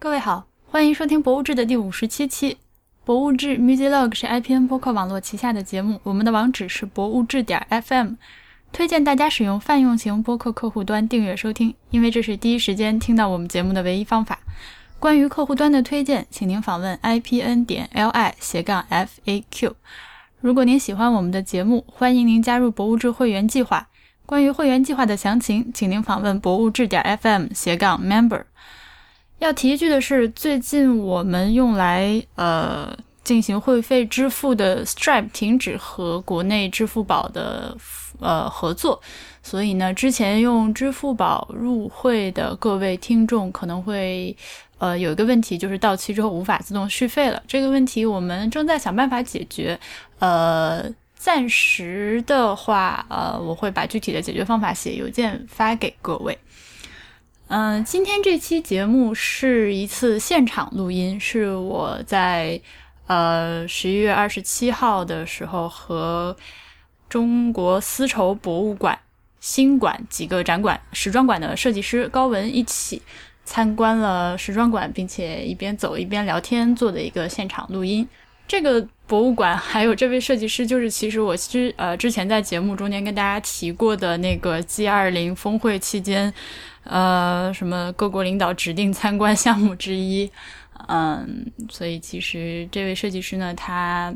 各位好，欢迎收听《博物志》的第五十七期。《博物志 Music Log》是 IPN 播客网络旗下的节目，我们的网址是博物志点 FM。推荐大家使用泛用型播客客户端订阅收听，因为这是第一时间听到我们节目的唯一方法。关于客户端的推荐，请您访问 IPN 点 LI 斜杠 FAQ。如果您喜欢我们的节目，欢迎您加入博物志会员计划。关于会员计划的详情，请您访问博物志点 FM 斜杠 member。要提一句的是，最近我们用来呃进行会费支付的 Stripe 停止和国内支付宝的呃合作，所以呢，之前用支付宝入会的各位听众可能会呃有一个问题，就是到期之后无法自动续费了。这个问题我们正在想办法解决，呃。暂时的话，呃，我会把具体的解决方法写邮件发给各位。嗯、今天这期节目是一次现场录音，是我在呃十一月二十七号的时候和中国丝绸博物馆新馆几个展馆时装馆的设计师高文一起参观了时装馆，并且一边走一边聊天做的一个现场录音。这个博物馆还有这位设计师，就是其实我之呃之前在节目中间跟大家提过的那个 G 二零峰会期间，呃，什么各国领导指定参观项目之一，嗯，所以其实这位设计师呢，他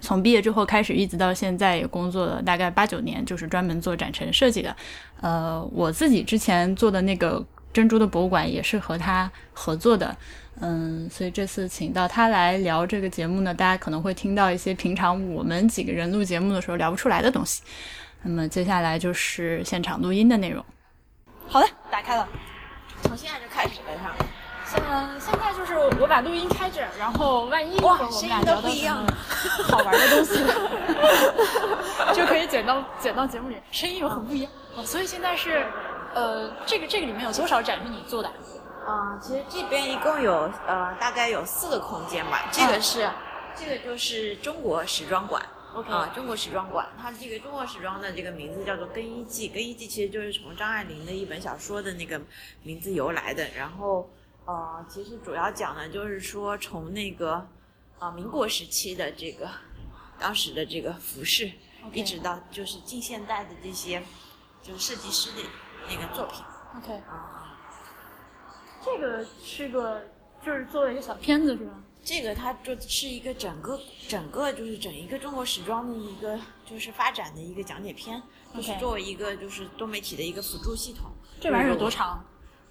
从毕业之后开始，一直到现在也工作了大概八九年，就是专门做展陈设计的。呃，我自己之前做的那个珍珠的博物馆也是和他合作的，嗯，所以这次请到他来聊这个节目呢，大家可能会听到一些平常我们几个人录节目的时候聊不出来的东西。那么接下来就是现场录音的内容。好的，打开了，从现在就开始呗，哈。嗯，现在就是我把录音开着，然后万一哇，声音都不一样，好玩的东西， 就可以剪到剪到节目里，声音又很不一样。哦，所以现在是，呃，这个这个里面有多少展是你做的？啊嗯，其实这边一共有呃大概有四个空间吧，这嗯个是、这个就是中国时装馆。 OK 啊，中国时装馆，它这个中国时装的这个名字叫做更衣记，更衣记其实就是从张爱玲的一本小说的那个名字由来的。然后呃，其实主要讲的就是说从那个啊、呃民国时期的这个当时的这个服饰 OK 一直到就是近现代的这些就是设计师的那个作品 OK，啊。这个是个就是做了一个小片子是吧？这个它就是一个整个整个就是整一个中国时装的一个就是发展的一个讲解片，就是作为一个就是多媒体的一个辅助系统。这玩意儿有多？长？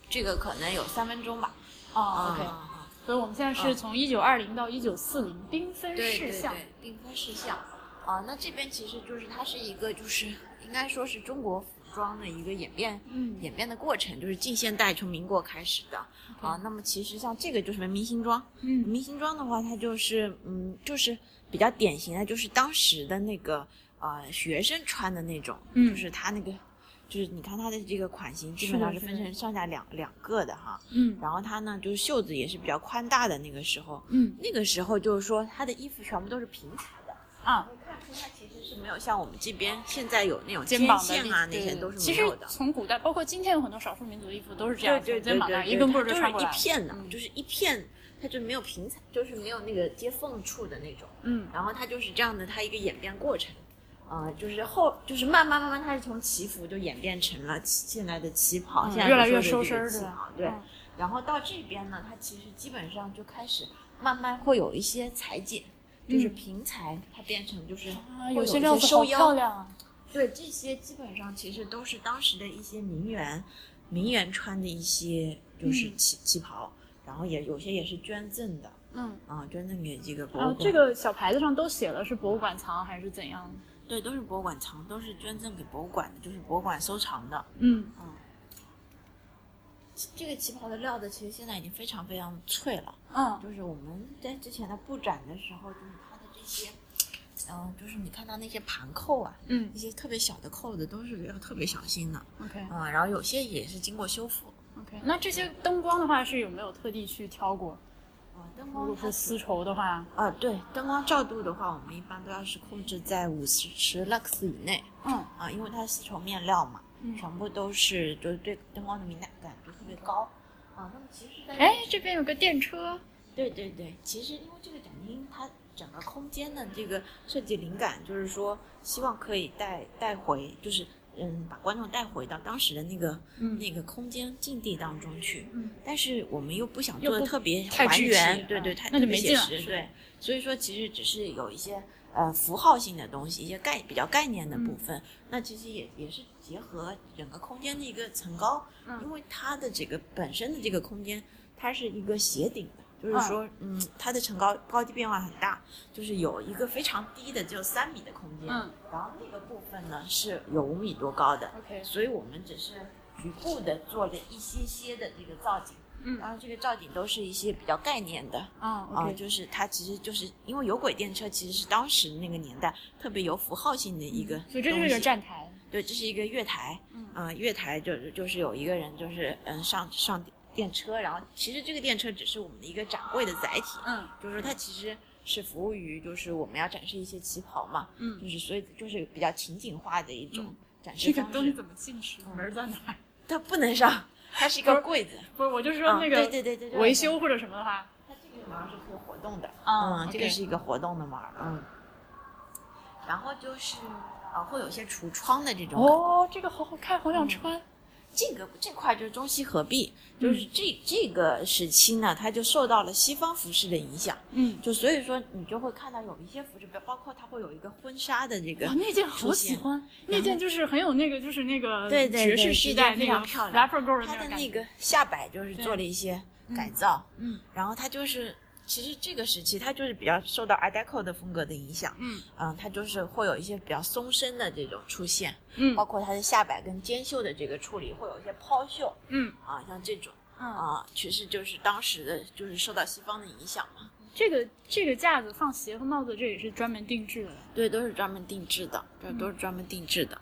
这个可能有三分钟吧。哦，OK，啊所以我们现在是从一九二零到一九四零，缤纷对事对项对。，缤纷事项。啊，那这边其实就是它是一个就是应该说是中国服装的一个演变嗯演变的过程，就是近现代从民国开始的啊。那么其实像这个就是明星装，嗯明星装的话，它就是嗯，就是比较典型的，就是当时的那个呃学生穿的那种，嗯就是它那个，就是你看它的这个款型基本上是是的分是的成上下两两个的哈，嗯然后它呢就是袖子也是比较宽大的那个时候，嗯那个时候就是说它的衣服全部都是平裁的，啊，看出它其实是没有像我们这边现在有那种肩膀的线啊那些都是其没实有的。从古代，包括今天有很多少数民族衣服都是这对样，从对对肩对膀那儿对，一根棍儿它就穿过是一来。片的嗯，就是一片，它就没有平裁，就是没有那个接缝处的那种。嗯然后它就是这样的，它一个演变过程，呃，就是后就是慢慢慢慢，它是从旗服就演变成了旗现在的旗袍，嗯现在越来就越说收的这身个儿对旗吧袍，对。嗯然后到这边呢，它其实基本上就开始慢慢会有一些裁剪，就是嗯平裁，它变成就是啊，会有有些一料子好收漂腰，亮啊。对，这些基本上其实都是当时的一些名媛，名媛穿的一些就是嗯旗旗袍，然后也有些也是捐赠的嗯，啊，捐赠给这个博然物后哦馆。这个小牌子上都写了是博物馆藏还是怎样？对，都是博物馆藏，都是捐赠给博物馆的，就是博物馆收藏的。嗯这个旗袍的料子其实现在已经非常非常脆了，嗯就是我们在之前的布展的时候，就是它的这些，嗯、就是你看到那些盘扣啊，嗯一些特别小的扣子都是要特别小心的， ，OK 嗯，然后有些也是经过修复。 OK。那这些灯光的话是有没有特地去挑过？啊，灯如果它是丝绸的话，啊，对，灯光照度的话，我们一般都要是控制在五十十 lux 以内嗯啊，因为它是丝绸面料嘛，嗯全部都是就是对灯光的敏感感度特别高啊，那么其实在哎，这边有个电车，对对对，其实因为这个展厅它整个空间的这个设计灵感，就是说希望可以带带回，就是嗯，把观众带回到当时的那个、嗯那个空间境地当中去。嗯，但是我们又不想又做不的特别太还具体原，啊对对，太那就特别没写劲了实是对，所以说其实只是有一些呃符号性的东西，一些概比较概念的部嗯分，那其实也也是结合整个空间的一个层高，嗯因为它的这个本身的这个空间，它是一个斜顶的，就是嗯说，嗯，它的层高高低变化很大，就是有一个非常低的只有三米的空间，嗯然后那个部分呢是有五米多高的， ，OK，所以我们只是局部的做了一些些的这个造景，嗯然后这个造景都是一些比较概念的，啊啊， ，OK，就是它其实就是因为有轨电车其实是当时那个年代特别有符号性的一个东嗯西，所以这就是个站台，对，这是一个月台，嗯啊、月台就是就是有一个人就是嗯上上电车，然后其实这个电车只是我们的一个展柜的载体，嗯就是它其实是服务于就是我们要展示一些旗袍嘛，嗯，就是所以就是比较情景化的一种嗯展示这个方式。东西怎么进去？门儿在哪儿？ 它不能上，它是一个柜子，不是，我就说那啊、个对对对对对维修或者什么的话，它这个门儿是可以活动的，啊嗯， ，OK 这个是一个活动的门儿，嗯。然后就是啊，会有一些橱窗的这种感觉嗯哦，这个好好看，好想穿。这个这块就是中西合璧，就是这、这个时期呢，它就受到了西方服饰的影响，嗯，就所以说你就会看到有一些服饰，包括它会有一个婚纱的这个哇，，那件啊好喜欢，那件就是很有那个，就是那个对对爵对士时代这那件个非常漂亮 rapper girl 的它的种感那觉。个下摆就是做了一些改造，嗯然后它就是其实这个时期它就是比较受到 Art Deco 的风格的影响，嗯嗯，它就是会有一些比较松身的这种出现，嗯包括它的下摆跟肩袖的这个处理会有一些抛袖嗯啊，像这种。嗯，啊，其实就是当时的，就是受到西方的影响嘛。这个这个架子放鞋和帽子，这也是专门定制的。对，都是专门定制的，对，都是嗯专门定制的。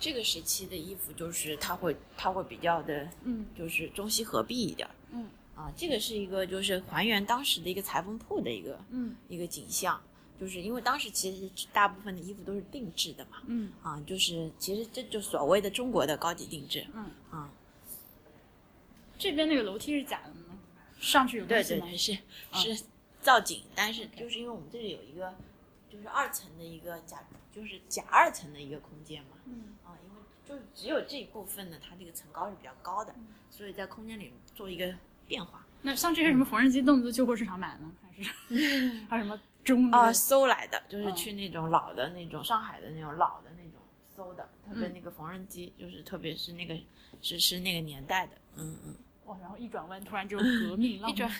这个时期的衣服就是它会，它会比较的，嗯就是中西合璧一点儿嗯啊。这个是一个就是还原当时的一个裁缝铺的一个嗯一个景象，就是因为当时其实大部分的衣服都是定制的嘛，嗯啊，就是其实这就所谓的中国的高级定制嗯，啊。这边那个楼梯是假的吗？上去有东对西对吗？对，是啊是造景，但是就是因为我们这里有一个就是二层的一个假，就是假二层的一个空间嘛，嗯啊，因为就是只有这一部分呢，它这个层高是比较高嗯的，所以在空间里做一个变化。那像这些什么缝纫机、动作旧货市场买的吗，还 是还有什么中啊、的？搜来的，就是嗯去那种老的那种上海的那种老的那种搜的，特别嗯那个缝纫机，就是特别是那个是是那个年代的，嗯嗯，哇，然后一转弯，突然就革 命浪漫。一转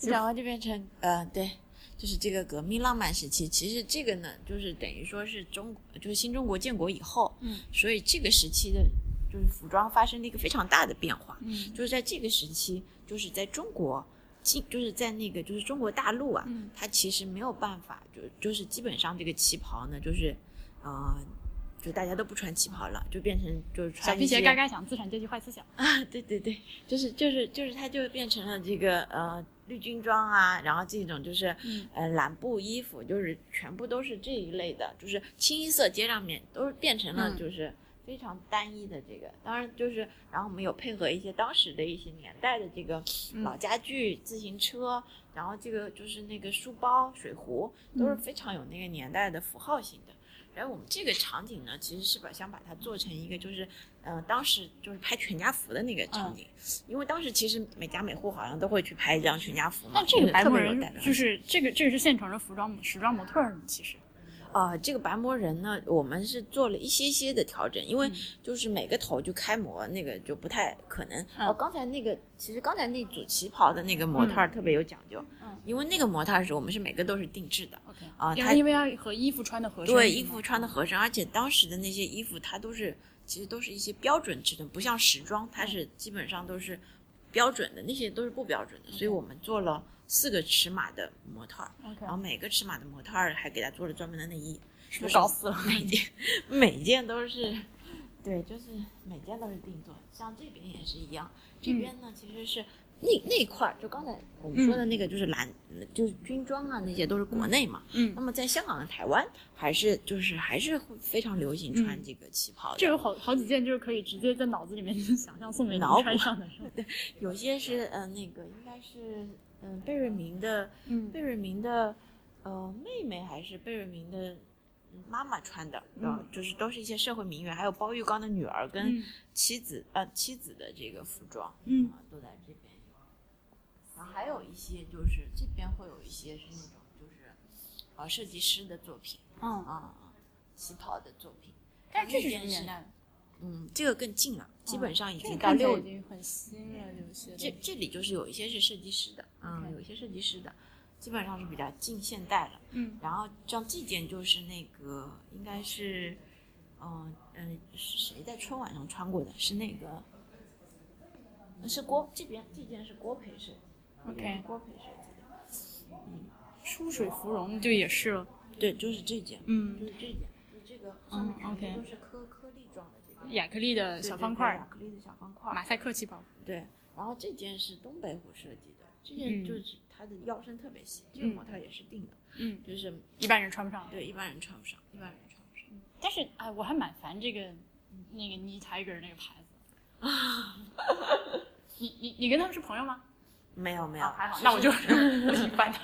一转弯就变成呃，对，就是这个革命浪漫时期。其实这个呢，就是等于说是中，就是新中国建国以后，嗯所以这个时期的，就是服装发生了一个非常大的变化。嗯就是在这个时期，就是在中国，进就是在那个就是中国大陆啊，嗯它其实没有办法，就就是基本上这个旗袍呢，就是，呃，就大家都不穿旗袍了，就变成就是小穿皮一些鞋嘎嘎响，资产阶级坏思想。 啊，对对对，就是就是就是，它就变成了这个呃绿军装啊，然后这种就是、嗯呃蓝布衣服，就是全部都是这一类的，就是清一色街上面都是变成了嗯就是非常单一的这个。当然就是，然后我们有配合一些当时的一些年代的这个嗯老家具、自行车，然后这个就是那个书包、水壶，都是嗯非常有那个年代的符号性的。然后我们这个场景呢，其实是把想把它做成一个，就是，呃，当时就是拍全家福的那个嗯场景，因为当时其实每家每户好像都会去拍一张全家福嘛。那这个白特魔别有代人表就性是这个，这个是现成的服装时装模特儿吗？其实，啊、这个白魔人呢，我们是做了一些些的调整，因为嗯就是每个头就开模，那个就不太可能。嗯哦，刚才那个其实刚才那组旗袍的那个模特儿特别有讲究，嗯因为那个模特儿是我们是每个都是定制的。 OK 啊因它为因为要和衣服穿的合身，对，是衣吗服穿的合身，而且当时的那些衣服，它都是其实都是一些标准尺寸，不像时装，嗯它是基本上都是标准的，那些都是不标嗯准的。所以我们做了四个尺码的模特儿， OK，然后每个尺码的模特儿还给它做了专门的内衣，是就不是是搞死了？每件 每件都是，对，就是每件都是定做。像这边也是一样，这嗯边呢其实是那那一块儿，就刚才我们嗯说的那个，就是蓝，就是军装啊，那些都是国内嘛。嗯那，么在香港、台湾，还是就是还是会非常流行穿嗯这个旗袍的。这有好好几件，就是可以直接在脑子里面就想象宋美龄脑补穿上的，是吗？有些是呃那个应该是嗯、贝芮铭的嗯贝芮铭的呃妹妹还是贝芮铭的嗯妈妈穿的，嗯嗯，就是都是一些社会名媛，还有包玉刚的女儿跟嗯妻子、呃妻子的这个服装，嗯啊都在这边有。然后还有一些就是这边会有一些是那种就是呃设计师的作品嗯，啊，旗袍的作品，但这是那什边么年代的？嗯，这个更近了，基本上已哦这个经到看起来六已经很新了，有些这东西这里就是有一些是设计师的，嗯， OK 有一些设计师的，基本上是比较近现代了。嗯然后像这件就是那个应该是，嗯、嗯、是谁在春晚上穿过的？是那个，是郭这边这件是郭培设计，OK，郭培设计的，出水芙蓉就也是了，对，就是这件，嗯就是这件，就是这个嗯上面全部 OK 都是颗颗粒状的这个亚克力的小方块对对对儿亚，克力的小方块儿，马赛克旗袍，对，然后这件是东北虎设计的，这嗯件就是它的腰身特别细，这个嗯模特也是定的，嗯，就是一般人穿不上。对一般人穿不上，一般人穿不上。但是哎，我还蛮烦这个那个 Knee Tiger 那个牌 子啊。你你你跟他们是朋友吗？没有没有，啊还好，那我就我挺烦的。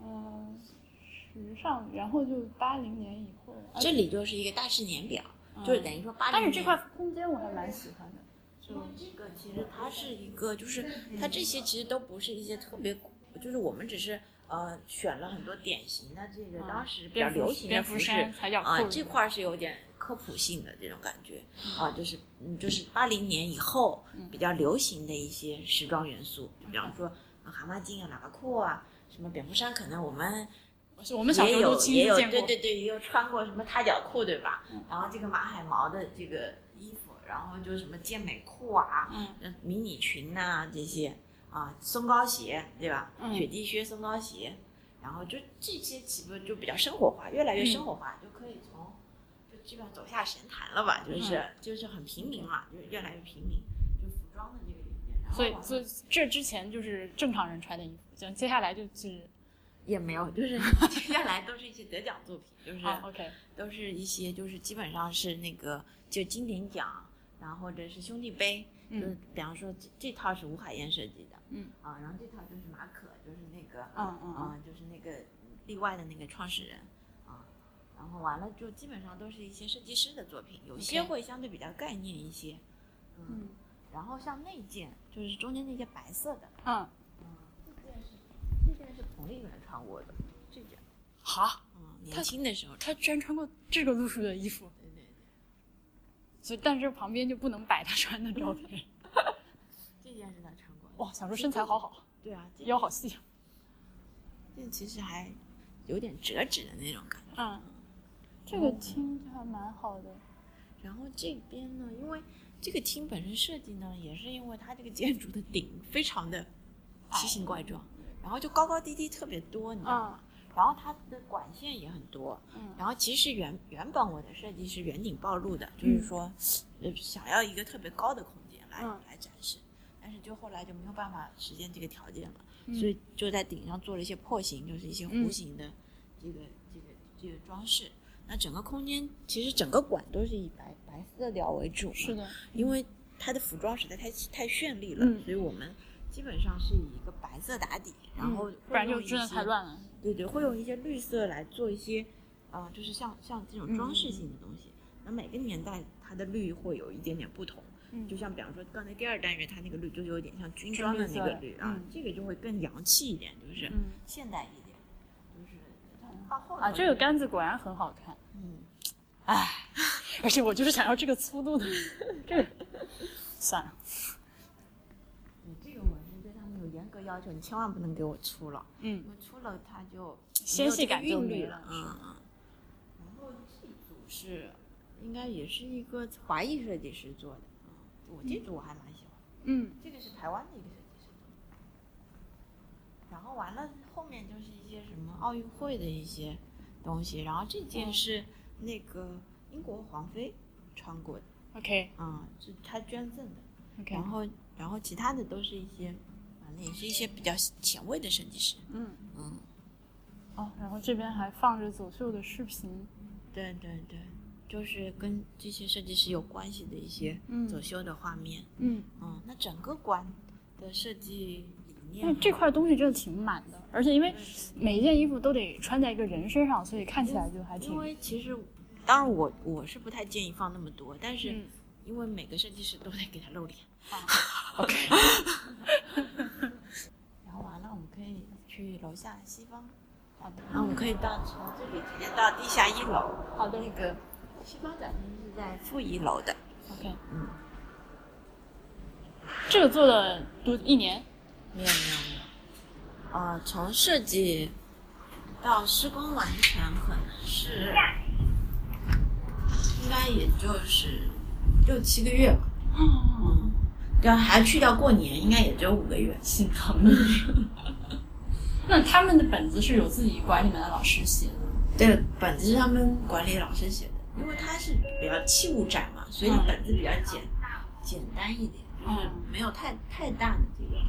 嗯，时尚，然后就八零年以后，啊这里就是一个大师年表，就是等于说八零。嗯但是这块嗯空间我还蛮喜欢的，就这个其实它是一个，就是它这些其实都不是一些特别，就是我们只是呃选了很多典型的这个嗯当时比较蝙流蝠行的蝙服蝠饰衫、踩脚啊裤，这块儿是有点科普性的这种感觉啊，就是嗯，就是八零年以后嗯比较流行的一些时装元素，就比方说啊蛤蟆镜啊、喇叭裤啊，什么蝙蝠衫，可能我们哦是我们小时候也有都亲也自有见过。对对对，也有穿过什么塌脚裤对吧嗯？然后这个马海毛的这个衣服，然后就是什么健美裤啊、嗯嗯迷你裙呐、这些啊，松糕鞋对吧？嗯雪地靴、松糕鞋，然后就这些岂不就比较生活化，越嗯来越生活化，就可以从就基本上走下神坛了吧？就是、嗯就是很平民嘛，就是越来越平民，就服装的这个理念。然后所以往，所以这之前就是正常人穿的衣服，就接下来就是也没有， 就是接下来都是一些得奖作品，就是。啊，OK，都是一些就是基本上是那个就经典奖，然后或者是兄弟杯，嗯就是比方说这这套是吴海燕设计的，嗯啊，然后这套就是马可，就是那个嗯嗯嗯啊，就是那个例外的那个创始人啊，然后完了就基本上都是一些设计师的作品，有些 OK 会相对比较概念一些，嗯，嗯然后像那件就是中间那件白色的，嗯，嗯，这件是这件是彭丽媛穿过的，这件，好，嗯，她年轻的时候穿，啊他居然穿过这个路数的衣服，对对对。所以但是旁边就不能摆他穿的照片。这件是他穿过的。哇，想说身材好好，对啊，这腰好细，这其实还有点折纸的那种感觉。嗯，这个听着还蛮好的，然后这边呢，因为这个厅本身设计呢，也是因为它这个建筑的顶非常的奇形怪状，然后就高高低低特别多，你知道吗？嗯然后它的管线也很多，嗯然后其实原原本我的设计是圆顶暴露的，就是说，呃，想要一个特别高的空间来、嗯来展示，但是就后来就没有办法实现这个条件了，嗯所以就在顶上做了一些廓形，就是一些弧形的这个、这个这个装饰。那整个空间其实整个馆都是以白白色调为主嘛，是的，因为它的服装实在太太绚丽了，嗯所以我们基本上是以一个白色打底，然后会嗯不然就用一真的些太乱了，对对，会用一些绿色来做一些，啊、就是像像这种装饰性的东西。那每个年代它的绿会有一点点不同，嗯就像比方说刚才第二单元它那个绿就有点像军装的那个绿绿色啊，嗯这个就会更洋气一点，就是、嗯现代一点，就是到后来啊，这个杆子果然很好看，嗯，唉，而且我就是想要这个粗 度的，这个算了，你这个纹身对他们有严格要求，你千万不能给我出了，嗯因。为出了它就纤细感就韵没律了嗯嗯。然后这组是应该也是一个华裔设计师做的，嗯，我这组我还蛮喜欢。嗯这个是台湾的一个设计师做的。然后完了，后面就是一些什么奥运会的一些东西，然后这件是那个英国皇妃穿过的，啊，OK，嗯，是她捐赠的。 OK，然后然后其他的都是一些，反正也是一些比较前卫的设计师。嗯嗯，哦，然后这边还放着走秀的视频，对对对，就是跟这些设计师有关系的一些嗯走秀的画面。嗯，嗯，那整个馆的设计理念那嘛，这块东西真的挺满的，而且因为每一件衣服都得穿在一个人身上，所以看起来就还挺因为其实，当然我我是不太建议放那么多，但是嗯哦因为每个设计师都得给他露脸。 OK。然后完了，我们可以去楼下西方。好的，那我们可以到从这里直接到地下一楼。好的那个西方展厅是在负一楼的。 OK。嗯，这个做了多一年，没有没有没有。呃，从设计到施工完成，可能是应该也就是六七个月吧。哦嗯，对啊，还去掉过年，应该也只有五个 月。心疼的。那他们的本子是有自己管理们的老师写的，对，本子是他们管理老师写的，因为他是比较器物展嘛，所以嗯它本子比较简、简单一点，就是没有太太大的这个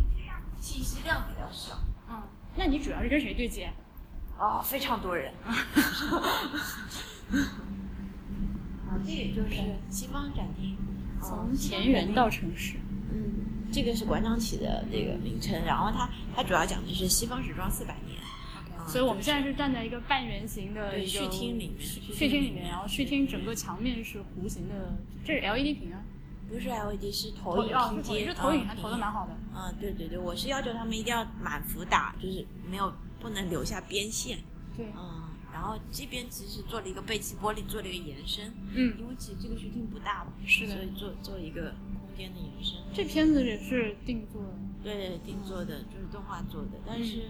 信息量比较少。嗯，那你主要是跟谁对接？哦，非常多人。啊，这里就是西方展厅，从田园到城市。嗯，这个是馆长起的这个名称，然后它它主要讲的是西方时装四百年，嗯所以我们现在是站在一个半圆形的对一个序厅里面嗯序厅里面，然后序厅整个墙面是弧形的，这是 LED 屏啊，不是 LED 是嗯投投影哦空是投影，间，这投影嗯还投的蛮好的。嗯，对对对，我是要求他们一定要满幅打，就是没有不能留下边线。对，嗯，然后这边其实做了一个背气玻璃，做了一个延伸，嗯，因为其实这个虚厅不大嘛，是的所以做做一个空间的延伸。这片子也是定做的。对对，定做的就是动画做的，但是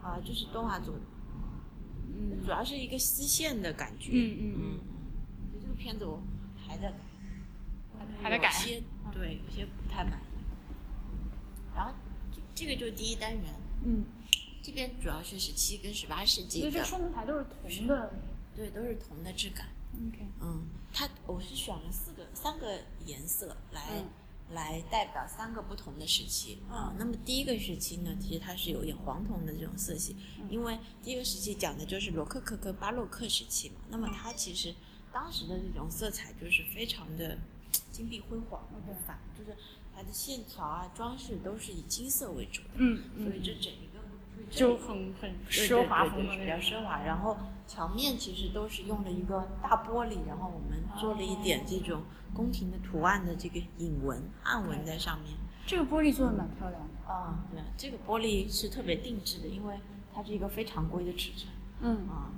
啊、就是动画做的，嗯主要是一个丝线的感觉。嗯嗯嗯，就这个片子我还在改，还在改嗯有些对，有些不太满意。然后这这个就是第一单元，嗯，这边主要是十七跟十八世所纪以这的，说明牌都是铜的。对，都是铜的质感。 OK，嗯，它我是选了四个三个颜色来、嗯来代表三个不同的时期啊、那么第一个时期呢，其实它是有点黄铜的这种色系，嗯因为第一个时期讲的就是罗可可跟巴洛克时期嘛。那么它其实当时的这种色彩就是非常的金碧辉煌， OK 反就是它的线条啊、装饰都是以金色为主的，嗯所以嗯，这整一个就很很对奢华对风的对对比较那种。奢华。然后墙面其实都是用了一个大玻璃，然后我们做了一点这种宫廷的图案的这个引文暗文在上面。这个玻璃做的蛮漂亮的。啊、对，这个玻璃是特别定制的，因为它是一个非常规的尺寸嗯啊、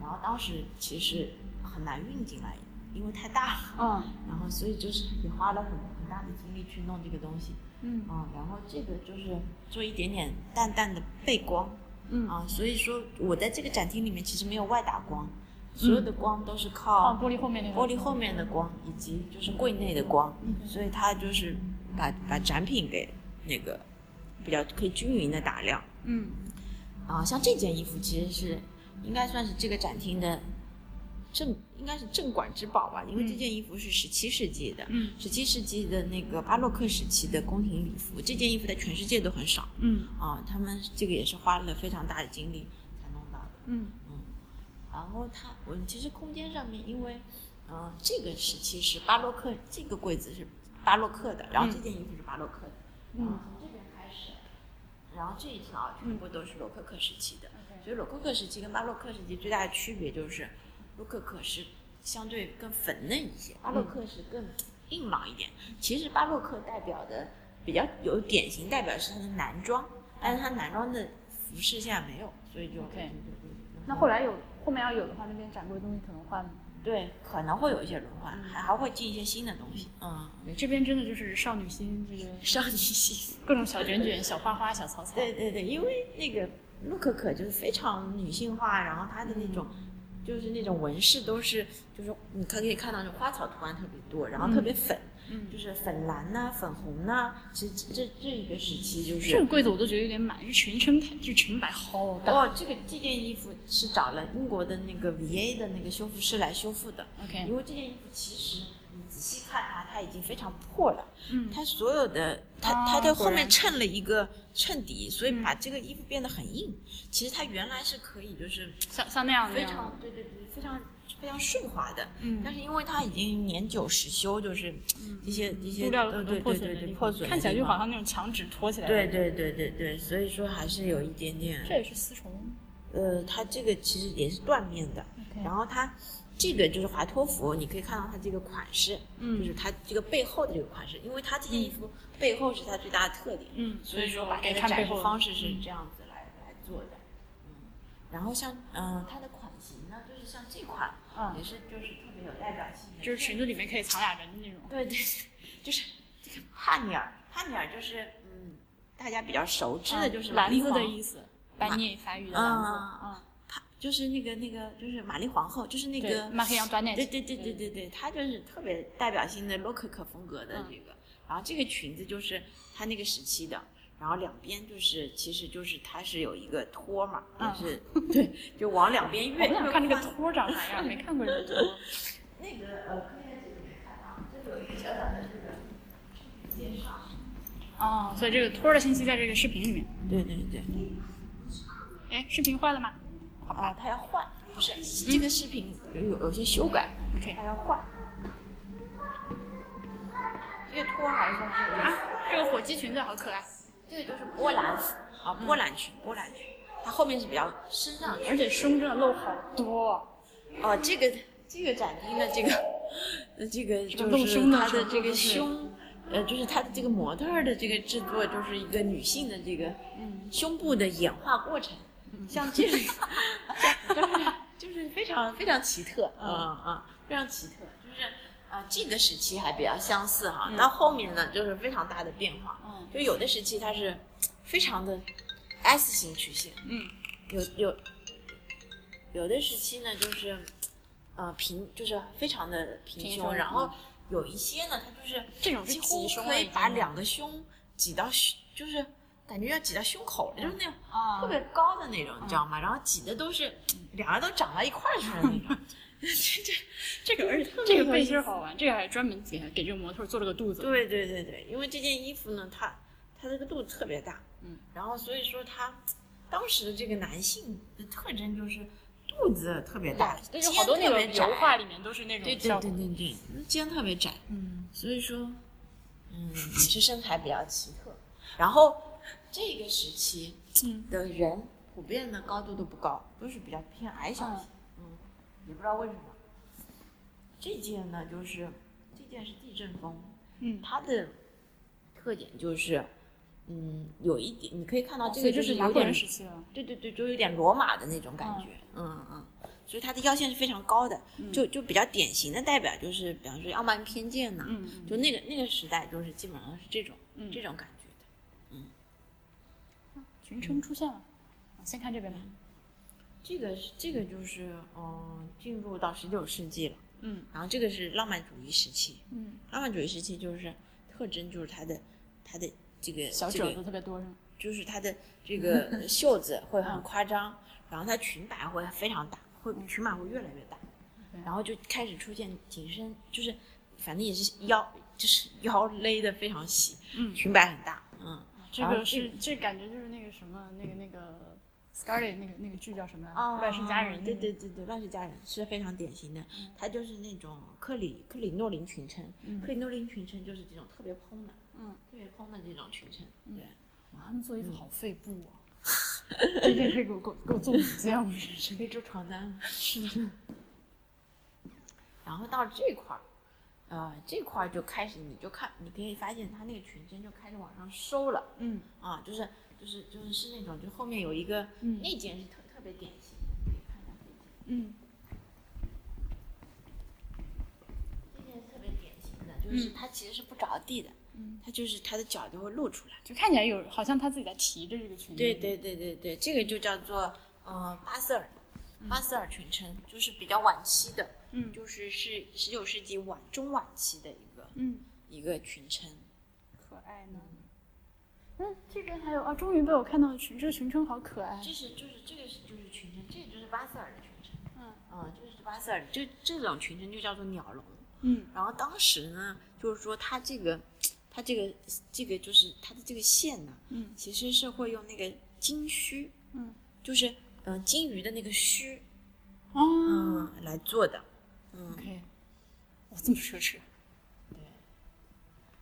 然后当时其实很难运进来，因为太大了。嗯然后所以就是也花了很很大的精力去弄这个东西嗯啊、然后这个就是做一点点淡淡的背光，嗯，啊，所以说我在这个展厅里面其实没有外打光，所有的光都是嗯靠哦，玻璃后面那个玻璃后面的光以及就是柜内的光，嗯所以它就是把把展品给那个比较可以均匀的打亮嗯啊。像这件衣服其实是应该算是这个展厅的镇，应该是镇馆之宝吧，因为这件衣服是十七世纪的，嗯十七世纪的那个巴洛克时期的宫廷礼服，这件衣服在全世界都很少嗯啊，他们这个也是花了非常大的精力才弄到的。嗯然后它，我们其实空间上面，因为，嗯、这个时期是巴洛克，这个柜子是巴洛克的，然后这件衣服是巴洛克的，然后嗯从这边开始，然后这一条全部都是罗可可时期的， OK 所以罗可可时期跟巴洛克时期最大的区别就是，罗可可是相对更粉嫩一些，巴洛克是更硬朗一点。其实巴洛克代表的比较有典型代表是它的男装，但是它男装的服饰现在没有，所以就 OK 对对对那后来有后面要有的话，那边展柜东西可能换。对，可能会有一些轮换，还还会进一些新的东西。嗯，这边真的就是少女 心，这个少女心。各种小卷卷、小花花、小草草。对对对，因为那个陆可可就是非常女性化，然后她的那种、就是那种纹饰都是，就是你可以看到那种花草图案特别多，然后特别粉，嗯就是粉蓝呐、粉红呐、其实这这这一个时期就这个是。柜子我都觉得有点满，这全身太这裙摆好大。哦，这个这件衣服是找了英国的那个 VA 的那个修复师来修复的，嗯 OK，因为这件衣服其实名字仔细看它，它已经非常破了。嗯它所有的，它哦它在后果面然衬了一个衬底，所以嗯把这个衣服变得很硬。其实它原来是可以，就是像像那样那非样常对对对，非常非常顺滑的。嗯但是因为它已经年久失修，就是一些一些布料有对很对多破对损对的对地破方，损的看起来地就好方像那种墙纸拖起来。对，对对对对，所以说还是有一点点这也是丝绸。呃，它这个其实也是缎面的 OK 然后它这个就是华托服，你可以看到它这个款式，嗯就是它这个背后的这个款式，因为它这件衣服背后是它最大的特点，嗯所以说把它给的看背展示后方式是这样子来、来做的，嗯，然后像嗯、呃它的款型呢，就是像这款，嗯也是就是特别有代表性的，就是裙子里面可以藏俩人的那种。对对，就是这个帕尼尔，帕尼尔就是嗯，大家比较熟知的就是篮蓝嗯子的意思，白涅法语的篮子。啊嗯，她就是那个那个就是玛丽皇后，就是那对个，马黑羊短点。对对对对对对，她就是特别代表性的洛可可风格的嗯这个，然后这个裙子就是她那个时期的。然后两边就是，其实就是它是有一个托嘛，嗯就是 对，就往两边我越。想看那越个宽托长啥样，没看过这个托。 那个呃，可以在这里面看到，这有一个小小的这个介绍。哦，所以这个托的信息在这个视频里面。对对对。哎，视频坏了吗？好吧，他啊要换，不是这个视频有有有些修改 OK 他要换。这个托还算是有意啊思，这个火鸡裙子好可爱，这个就是波兰服啊，波兰裙，嗯波兰裙，它后面是比较身上而且胸真的露好多。哦，这个这个展厅的这个， 呃，这个个就露是胸的它程的度这就个是胸，呃，就是它的这个模特儿的这个制作，就是一个女性的这个嗯胸部的演化过程，像这 个就是就是非常非常奇特，嗯嗯，非常奇特，就是啊、呃这个时期还比较相似哈，到后面呢就是非常大的变化，嗯就有的时期它是非常的 S 型曲线，嗯，有有有的时期呢，就是呃平，就是非常的平平胸，胸嗯然后有一些呢，它就是这种是几乎挤胸可了已以经把两个胸挤到胸，就是感觉要挤到胸口了，就是那种啊特别高的那种，你知道吗？然后挤的都是嗯两个都长到一块儿去了那 种。这这这个而且这个背心儿好玩，这个还专门给给这个模特做了个肚子。对对对对，因为这件衣服呢，它它这个肚子特别大，嗯，然后所以说它当时的这个男性的特征就是肚子特别大，但肩是好多那特个别窄油，画里面都是那对种对效对果。对对，肩特别窄，嗯，所以说， 嗯，也是身材比较奇特。然后这个时期嗯的人普遍的高度都不高，都是比较偏矮小型，嗯，也不知道为什么。这件呢，就是这件是地震风，嗯，它的特点就是，嗯，有一点你可以看到这哦所个以这是是有拿破点仑，时期了。对对对，就有点罗马的那种感觉，嗯嗯，所以它的腰线是非常高的，嗯就就比较典型的代表就是，比方说《傲慢与偏见》呐，嗯嗯就那个那个时代就是基本上是这种、这种感觉的，裙撑出现了，啊先看这边吧。这个是这个就是嗯、进入到十九世纪了，嗯然后这个是浪漫主义时期，嗯，浪漫主义时期就是特征就是它的它的这个小这个褶子特别多是吗？就是它的 这个袖子会很夸张，然后它裙摆会非常大，会裙摆会越来越大，嗯然后就开始出现紧身，就是反正也是腰就是腰勒的非常细，嗯裙摆很大，嗯，这然后个是这感觉就是那个什么那个那个 Scarlet 那个那个剧叫什么来着？啊，乱世佳人。嗯对对对对，乱世佳人是非常典型的，它就是那种克里克里诺林裙撑，克里诺林裙撑就是这种特别蓬的，嗯，特别蓬的这种裙撑，对。哇，他们做衣服好费布 啊！这件可以给我给我给我做五件，我真是可以做床单了。 然后到这块儿，呃，这块儿就开始，你就看，你可以发现它那个裙身就开始往上收了嗯啊，就是就是就是是那种，就后面有一个、嗯那件是特特别典型的，可以看一下这件，嗯这件是特别典型的，就是它其实是不着地的，嗯，它就是它的脚就会露出来。就看起来有好像他自己在提着这个裙子。对对对对对，这个就叫做呃巴塞尔，巴塞尔裙撑，就是比较晚期的，嗯就是是十九世纪晚中晚期的一个嗯，一个裙撑。可爱呢。嗯，这边还有啊，终于被我看到裙，这个裙撑好可爱。这是就是这个是就是裙撑，这个就是巴塞尔的裙撑。嗯嗯，这个是巴塞尔，就这种裙撑就叫做鸟笼。嗯然后当时呢，就是说它这个，它这个这个就是它的这个线呢、嗯其实是会用那个金须，嗯，就是嗯、呃金鱼的那个须，哦嗯，来做的。嗯， ，OK，哇，这么奢侈，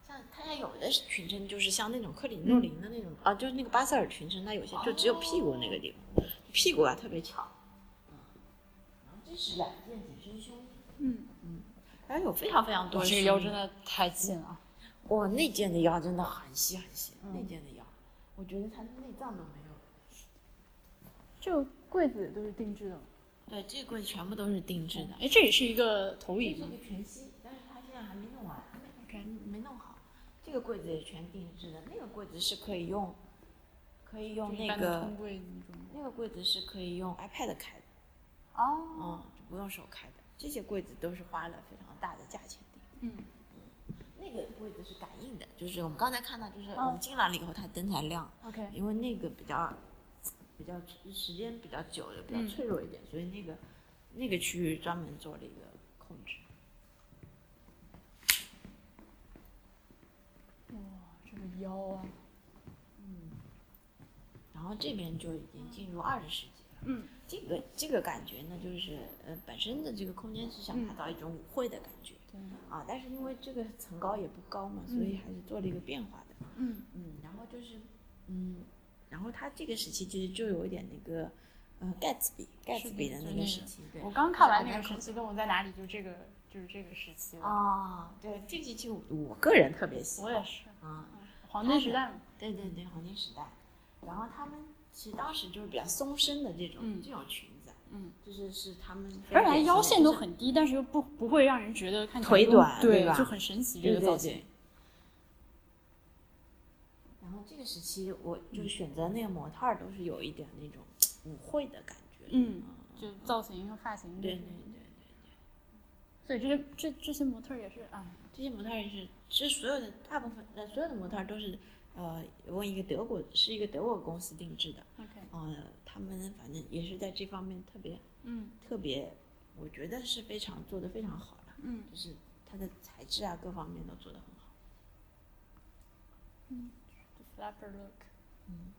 像它家有的裙身就是像那种克里诺琳的那种、啊，就是那个巴塞尔裙身，它有些就只有屁股那个地方，屁股啊特别长。嗯，这是两件紧身胸，嗯，然后有非常非常多我的这个胸腰衣真的太近了，哇，那件的腰真的很细很细，那件的腰，我觉得它的内脏都没有。这个柜子都是定制的吗，对，这个柜子全部都是定制的。哎，这也是一个投这影是吗个全息，但是它现在还没弄完， ，OK 没弄好。这个柜子也全定制的，那个柜子是可以用，可以用那个通柜那种。那个柜子是可以用 iPad 开的，哦，嗯，就不用手开的。这些柜子都是花了非常大的价钱定的。嗯那个柜子是感应的，就是我们刚才看到，就是嗯我们进来了以后，它灯才亮。 ，OK，因为那个比较比较时间比较久的，比较嗯脆弱一点，所以那个那个区域专门做了一个控制。这个腰啊，然后这边就已经进入二十世纪了。嗯，这个这个感觉呢，就是呃本身的这个空间是想打造一种舞会的感觉。对啊，但是因为这个层高也不高嘛，所以还是做了一个变化的。嗯嗯，然后就是嗯，然后它这个时期其实就有一点那个呃盖茨比盖茨比的就那那个个时期，对。我刚看完就是我那在个时看期，跟我在哪里就这个就是这个时期了。啊，对，这个就我个人特别喜我欢。也是，啊，黄金时代嘛。对对对，黄金时代。然后他们其实当时就是比较松身的这种、嗯这种裙子，嗯，就是是他们非而常且还典型的腰线都就是很低，但是又不不会让人觉得看起来腿都短对对吧就很神奇这对个造对型对。。然后这个时期，我就选择那个模特儿都是有一点那种舞会的感觉，嗯嗯，就造型和发型。对对对。对。所以这些这这些模特儿也是啊，这些模特儿也是，其实所有的大部分呃所有的模特儿都是，呃，问一个德国是一个德国公司定制的， OK 呃，他们反正也是在这方面特别嗯特别，我觉得是非常做的非常好的，嗯，就是它的材质啊各方面都做的很好。就 flapper look。嗯。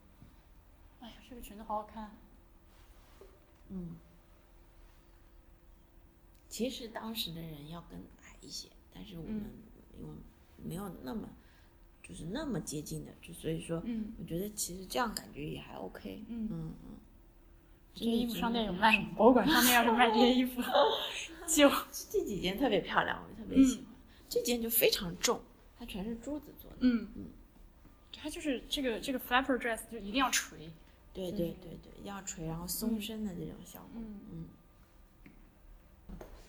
哎呀，这个裙子好好看。嗯，其实当时的人要更矮一些，但是我嗯们因为没有那么就是那么接近的，就所以说，嗯，我觉得其实这样感觉也还 OK。嗯嗯嗯，这衣服商店有卖吗？博物馆商店要是卖这些衣服， 就这几件特别漂亮，我特别喜欢。这件就非常重，它全是珠子做的。嗯嗯，它就是这个这个 flapper dress 就一定要垂。对对对对，一定要垂，然后松身的这种效果。嗯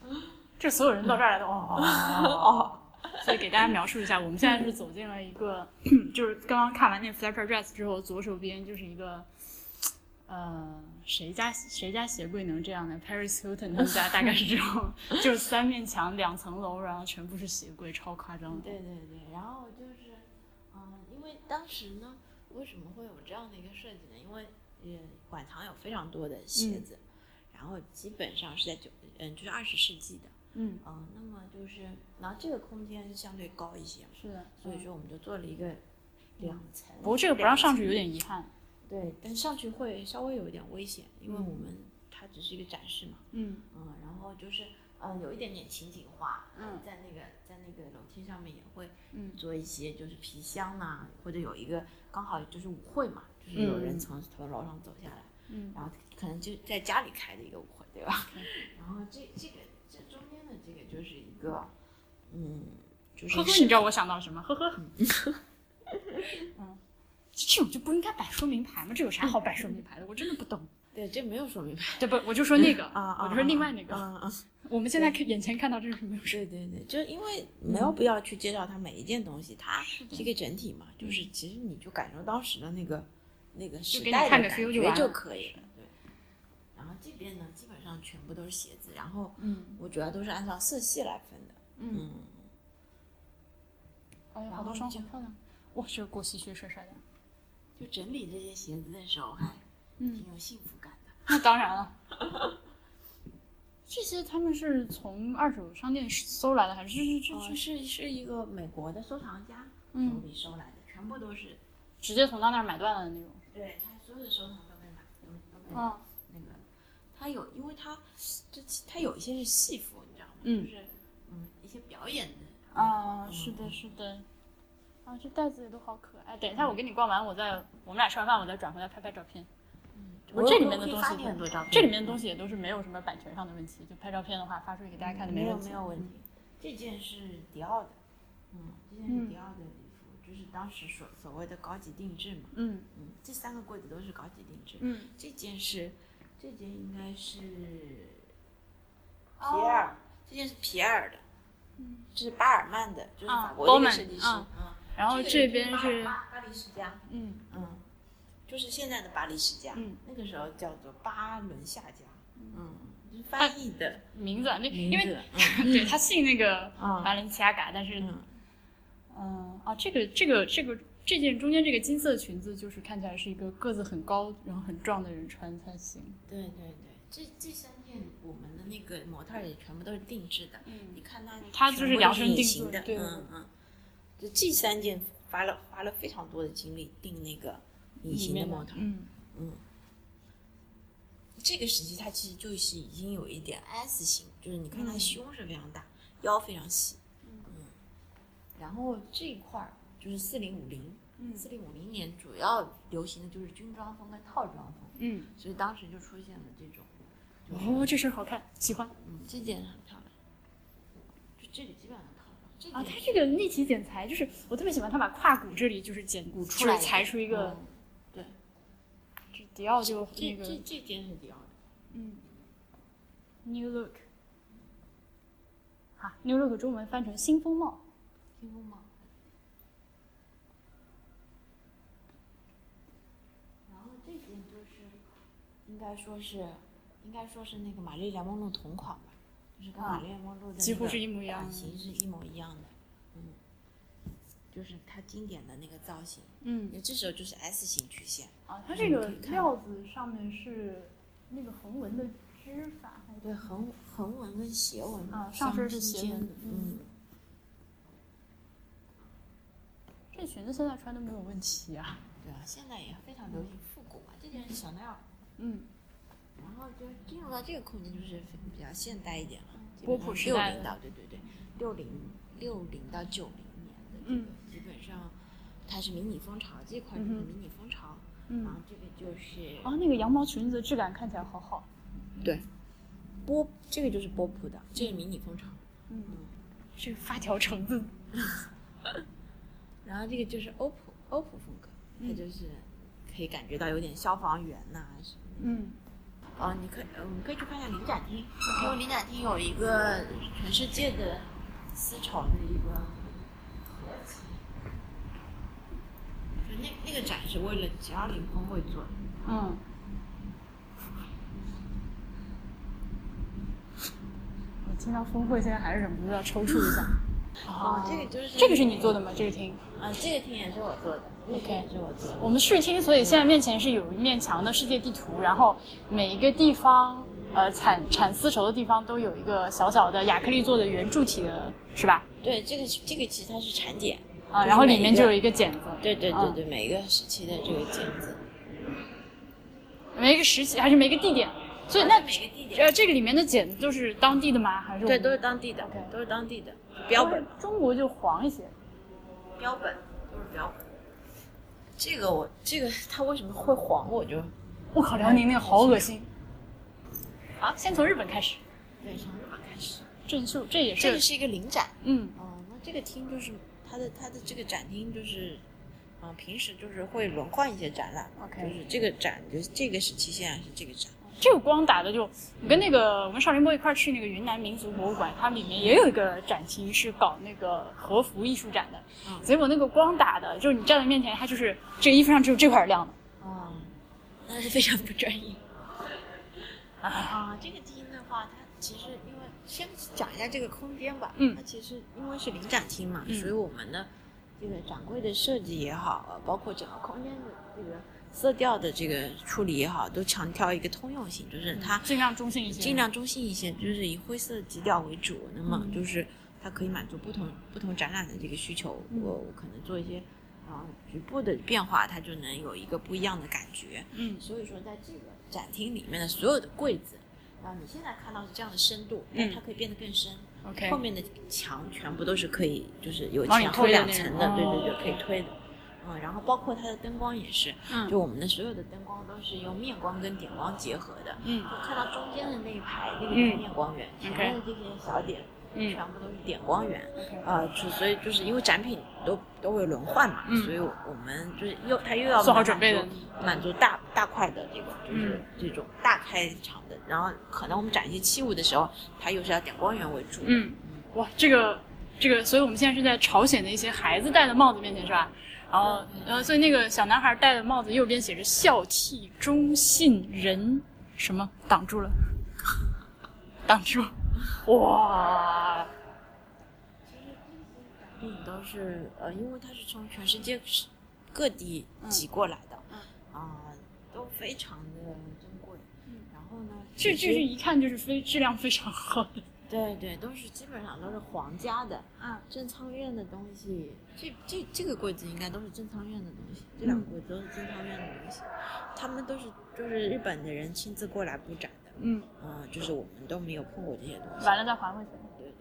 嗯，这所有人到这儿来都哦哦哦，所以给大家描述一下，我们现在是走进了一个， 就是刚刚看完那 flapper dress 之后，左手边就是一个，呃，谁家谁家鞋柜能这样呢？Paris Hilton 他们家大概是这种， 就是三面墙两层楼，然后全部是鞋柜，超夸张的。对对对，然后就是，嗯，因为当时呢，为什么会有这样的一个设计呢？因为呃，馆藏有非常多嗯的鞋子，然后基本上是在九，嗯，就是二十世纪的，嗯，嗯，那么就是，然后这个空间相对高一些嘛，是的，嗯所以说我们就做了一个两层。不过这个不让上去有点遗憾。对，但上去会稍微有一点危险，因为我们它只是一个展示嘛，嗯嗯，然后就是呃有一点点情景化，嗯在那个在那个楼梯上面也会嗯做一些就是皮箱呐、或者有一个刚好就是舞会嘛，就是有人从从楼上走下来，嗯然后可能就在家里开的一个舞会，对吧？然后这这个这中间的这个就是一个，嗯，就是呵呵，你知道我想到什么？呵呵。嗯，这种就不应该摆说明牌吗？这有啥好摆说明牌的？我真的不懂。对，这没有说明白对不，我就说那个啊啊，我就说另外那啊个。啊啊我们现在看眼前看到这个是没有说，对对对，就因为没有必要去介绍它每一件东西，它嗯是一嗯个整体嘛，就是其实你就感受当时的那个那个时给你代的看感个 feel 就觉完就了可以了。对。然后这边呢，基本上全部都是鞋子，然后嗯我主要都是按照色系来分的。嗯，哎呀，然好后多双就好漂亮，哇，这个过膝靴帅帅 的，就整理这些嗯鞋子的时候，还挺有幸福感的。那当然了，这些他们是从二手商店搜来的，还是是哦是是是是一个美国的收藏家嗯手里收来的，全部都是，直接从他那儿买断了的那种？对他所有的收藏都被买，都都被买啊，那个，他有，因为他这他有一些是戏服，你知道吗？嗯就是嗯一些表演的啊，嗯是的，是的。啊，这袋子也都好可爱。等一下，我跟你逛完，我再我们俩吃完饭，我再转回来拍拍照片。嗯我这里面的可以东发西你很多照片，嗯这里面的东西也都是没有什么版权上的问题，就拍照片的话发出去给大家看的没有问题。没有问题。这件是迪奥的，嗯，这件是迪奥的礼服，就是当时所所谓的高级定制嘛，嗯嗯，这三个柜子都是高级定制。嗯，这件是，这件应该是皮哦埃尔，这件是皮埃尔的，嗯，是巴尔曼的，就是啊法国的一个 Bowman，设计师，啊嗯，然后这边个就是巴巴巴黎世家，嗯嗯，就是现在的巴黎世家，嗯，那个时候叫做巴伦夏家，嗯，就是翻译的名字啊，那因名为字，对他姓那个嗯巴伦奇亚嘎，但是嗯嗯啊，这个这个这个这件中间这个金色裙子，就是看起来是一个个子很高然后很壮的人穿才行。对对对，这这三件我们的那个模特儿也全部都是定制的，嗯你看它它全就部是都量身隐定形做的，的对嗯嗯，就这三件花了花了非常多的精力定那个隐形的模特儿，嗯嗯。这个时期它其实就是已经有一点 S 型，就是你看它嗯胸是非常大，腰非常细，嗯，然后这一块儿就是四零五零，嗯四零五零年主要流行的就是军装风跟套装风，嗯，所以当时就出现了这种，就是哦，这身好看，喜欢嗯，这件很漂亮，就这里基本上套上。这啊！件它这个立体剪裁，就是我特别喜欢它把胯骨这里就是剪骨出来一裁点出一个，嗯这迪奥就这那这个这件是迪奥的，嗯，new look，啊，new look 中文翻成新风貌。听过吗？然后这件就是，应该说是，应该说是那个玛丽莲梦露同款吧，就是跟玛丽莲梦露的、啊几乎是一模一样的版型是一模一样的，嗯，就是它经典的那个造型，嗯这时候就是 S 型曲线，啊，它这嗯个料子上面是那个横纹的织法，还对，横横纹跟斜纹啊相上身并是斜肩纹的嗯嗯。这裙子现在穿都没有问题啊。对啊，现在也非常流行复古嘛，这件是香奈儿，嗯，然后就进入到这个空间就是比较现代一点了，嗯波普时六代零到对对对，六零六零到九零年的这嗯个、基本上它是迷你风潮这块就是嗯哼迷你风潮，然后嗯，这个就是、啊，那个羊毛裙子的质感看起来好好。对波这个就是波普的，这是迷你风潮，嗯，这个发条橙子。然后这个就是欧普欧普风格，它嗯就是可以感觉到有点消防员呐、什么的。嗯哦，你可以，呃我们可以去看一下领展厅，因为领展厅有一个全世界的丝绸的一个合集，就那那个展是为了只要领峰会做的。嗯，我听到峰会现在还是忍不住要抽搐一下。哦，这个就是这个是你做的吗？这个厅？啊，这个厅也是我做的，这个厅也是我做的。我们视听，所以现在面前是有一面墙的世界地图，然后每一个地方，呃，产产丝绸的地方都有一个小小的亚克力做的圆柱体的，是吧？对，这个是这个其实它是产检啊，然后里面就有一一个剪子，对对对嗯对，每一个时期的这个剪子。每一个时期还是每一个地点，所以那每个地点呃，这个里面的剪子都是当地的吗？还是对，都是当地的 OK 都是当地的标本。中国就黄一些，标本，都是标本。这个我这个它为什么会黄，我就我靠，辽宁那个哦好恶心。好，先从日本开始，对从日本开始。郑秀，这也这个是，是一个临展，嗯哦，那这个厅就是它的它的这个展厅就是，嗯、平时就是会轮换一些展览嘛 OK 就是这个展就是这个时期现在是这个展，这个光打的就，我跟那个我跟少林波一块儿去那个云南民族博物馆，它里面也有一个展厅是搞那个和服艺术展的，嗯结果那个光打的，就是你站在面前，它就是这个衣服上只有这块儿亮的。哦，那 是非常不专业。啊，这个厅的话，它其实因为先讲一下这个空间吧。嗯它其实因为是临展厅嘛，嗯所以我们的这个展柜的设计也好，呃包括整个空间的这个色调的这个处理也好，都强调一个通用性，就是它尽量中性一些，尽量中性一些，就是以灰色基调为主。那么嗯就是它可以满足不同不同展览的这个需求。嗯我我可能做一些啊、呃局部的变化，它就能有一个不一样的感觉。嗯所以说，在这个展厅里面的所有的柜子，啊，你现在看到是这样的深度，但嗯它可以变得更深。 ，OK，后面的墙全部都是可以，就是有往里前后推的两那层种的，对哦对对，可以推的。嗯，然后包括它的灯光也是，嗯就我们的所有的灯光都是由面光跟点光结合的。嗯就看到中间的那一排那个嗯是面光源，前 OK 面的这些小点嗯全部都是点光源。 OK 啊，就所以就是因为展品都都会轮换嘛，嗯所以我们就是又它又要做好满准备足的满足大大块的这个就是嗯这种大开场的，然后可能我们展一些器物的时候，它又是要点光源为主。嗯，哇，这个这个，所以我们现在是在朝鲜的一些孩子戴的帽子面前是吧？然后，然后，所以那个小男孩戴的帽子右边写着“孝悌忠信仁”，什么挡住了？挡住！哇，并都是呃，因为它是从全世界各地挤过来的，嗯啊、都非常的珍贵。嗯然后呢，这其实这是一看就是非质量非常好的。对对，都是基本上都是皇家的，嗯，正仓院的东西，这这这个柜子应该都是正仓院的东西，这两个柜子都是正仓院的东西，他们都是就是日本的人亲自过来布展的，嗯，嗯、就是我们都没有碰过这些东西。完了再还回去。对对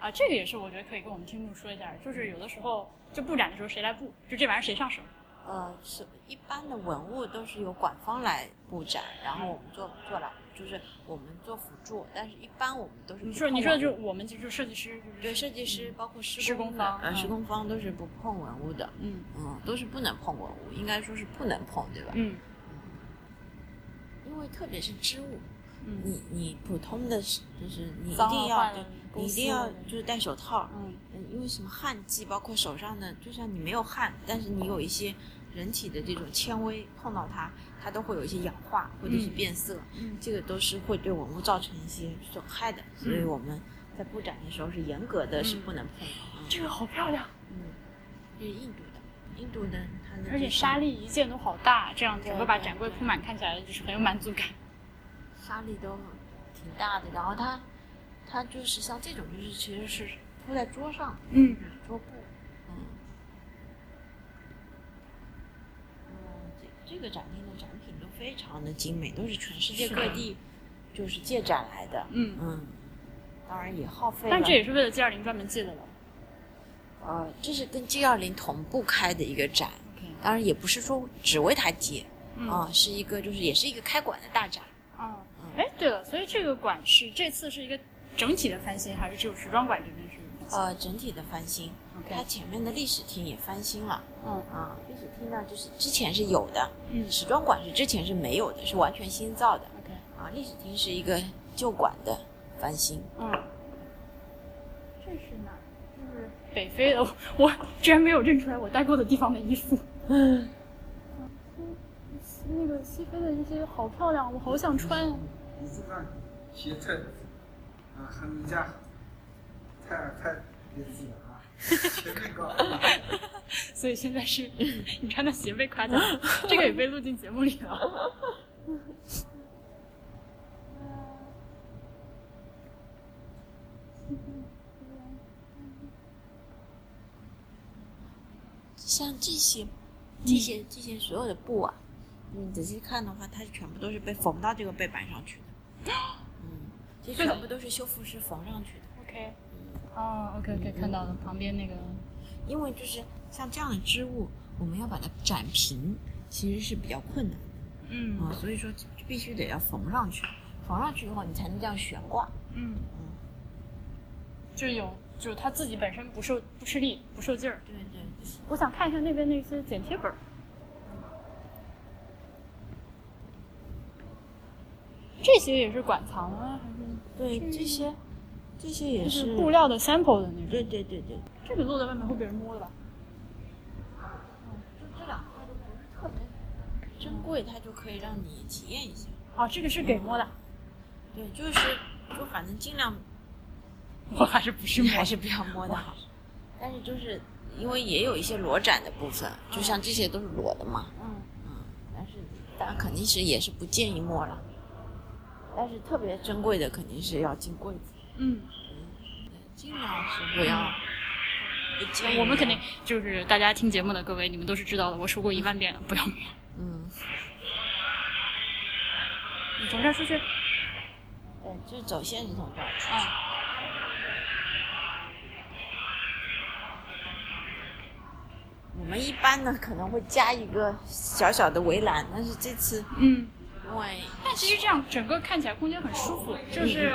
啊，这个也是我觉得可以跟我们听众说一下，就是有的时候就布展的时候谁来布，就这玩意儿谁上手。呃，是一般的文物都是由馆方来布展，然后我们做做来就是我们做辅助，但是一般我们都是你不说碰你说的文就是物我们就是设计师，就是对设计师，包括施施工工的方呃施嗯工方都是不碰文物的，嗯嗯，都是不能碰文物，应该说是不能碰，对吧？嗯因为特别是织物，嗯你你普通的是就是你一脏定了坏要了对公你一司定要的就是戴手套，嗯嗯，因为什么汗迹，包括手上的，就算你没有汗，但是你有一些人体的这种纤维碰到它，它都会有一些氧化或者是嗯变色，嗯这个都是会对文物造成一些损害的，所以嗯我们在布展的时候是严格的，是不能碰的。嗯这个好漂亮，嗯，这是印度的，印度的它的而且这沙种粒一件都好大，这样对整个把对展柜对铺满，看起来就是很有满足感。沙粒都挺大的，然后它它就是像这种就是其实是铺在桌上的。嗯桌布，嗯，嗯，这这个展厅的展品都非常的精美，都是全世界是各地就是借展来的，嗯，嗯，当然也耗费了，但这也是为了 G 二零专门借的了。呃，这是跟 G 二零同步开的一个展， OK，当然也不是说只为它借嗯啊、是一个就是也是一个开馆的大展，啊，哎，对了，所以这个馆是这次是一个整体的翻新，还是只有时装馆这边是翻新呃，整体的翻新，它？OK，前面的历史厅也翻新了。嗯啊，历史厅呢，就是之前是有的，嗯时装馆是之前是没有的，是完全新造的。 ，OK，啊，历史厅是一个旧馆的翻新，嗯，这是哪儿？就是北非的，我我居然没有认出来我待过的地方的衣服。嗯那个西非的一些好漂亮，我好想穿。你这个鞋特，啊，和你家太太别致了啊，前面搞。所以现在是你穿的鞋被夸奖， 这个也被录进节目里了。像这些、这些、这些所有的布啊，你仔细看的话，它全部都是被缝到这个背板上去的。 嗯，这对的全部都是修复师缝上去的。 OK，哦，OK OK，看到了旁边那个，因为就是像这样的织物，我们要把它展平，其实是比较困难的。嗯啊，所以说必须得要缝上去，缝上去以后你才能这样悬挂。嗯，就有就是它自己本身不受不吃力，不受劲儿。对对对，我想看一下那边那些剪贴本儿。这些也是馆藏啊，对这些，这些还也是就是是布。料的 sample 的那种？对对对对，嗯这个落在外面会被人摸的吧？就这两块都不是特别珍贵，它就可以让你体验一下。啊，这个是给摸的，对，就是就反 正尽量 我还是不是摸 还是不要摸的好，但是就是因为也有一些裸展的部分，就像这些都是裸的嘛，嗯，但是但肯定是也是不建议摸了，但是特别珍贵的肯定是要进柜子，嗯，尽量是不要，不建议我们肯定摸就是大家听节目的各位，你们都是知道的，我说过一万遍了，不要摸。嗯，你从这儿出去，对，就是走现实通道出去。啊，我们一般呢可能会加一个小小的围栏，但是这次嗯。因为但其实这样整个看起来空间很舒服，就是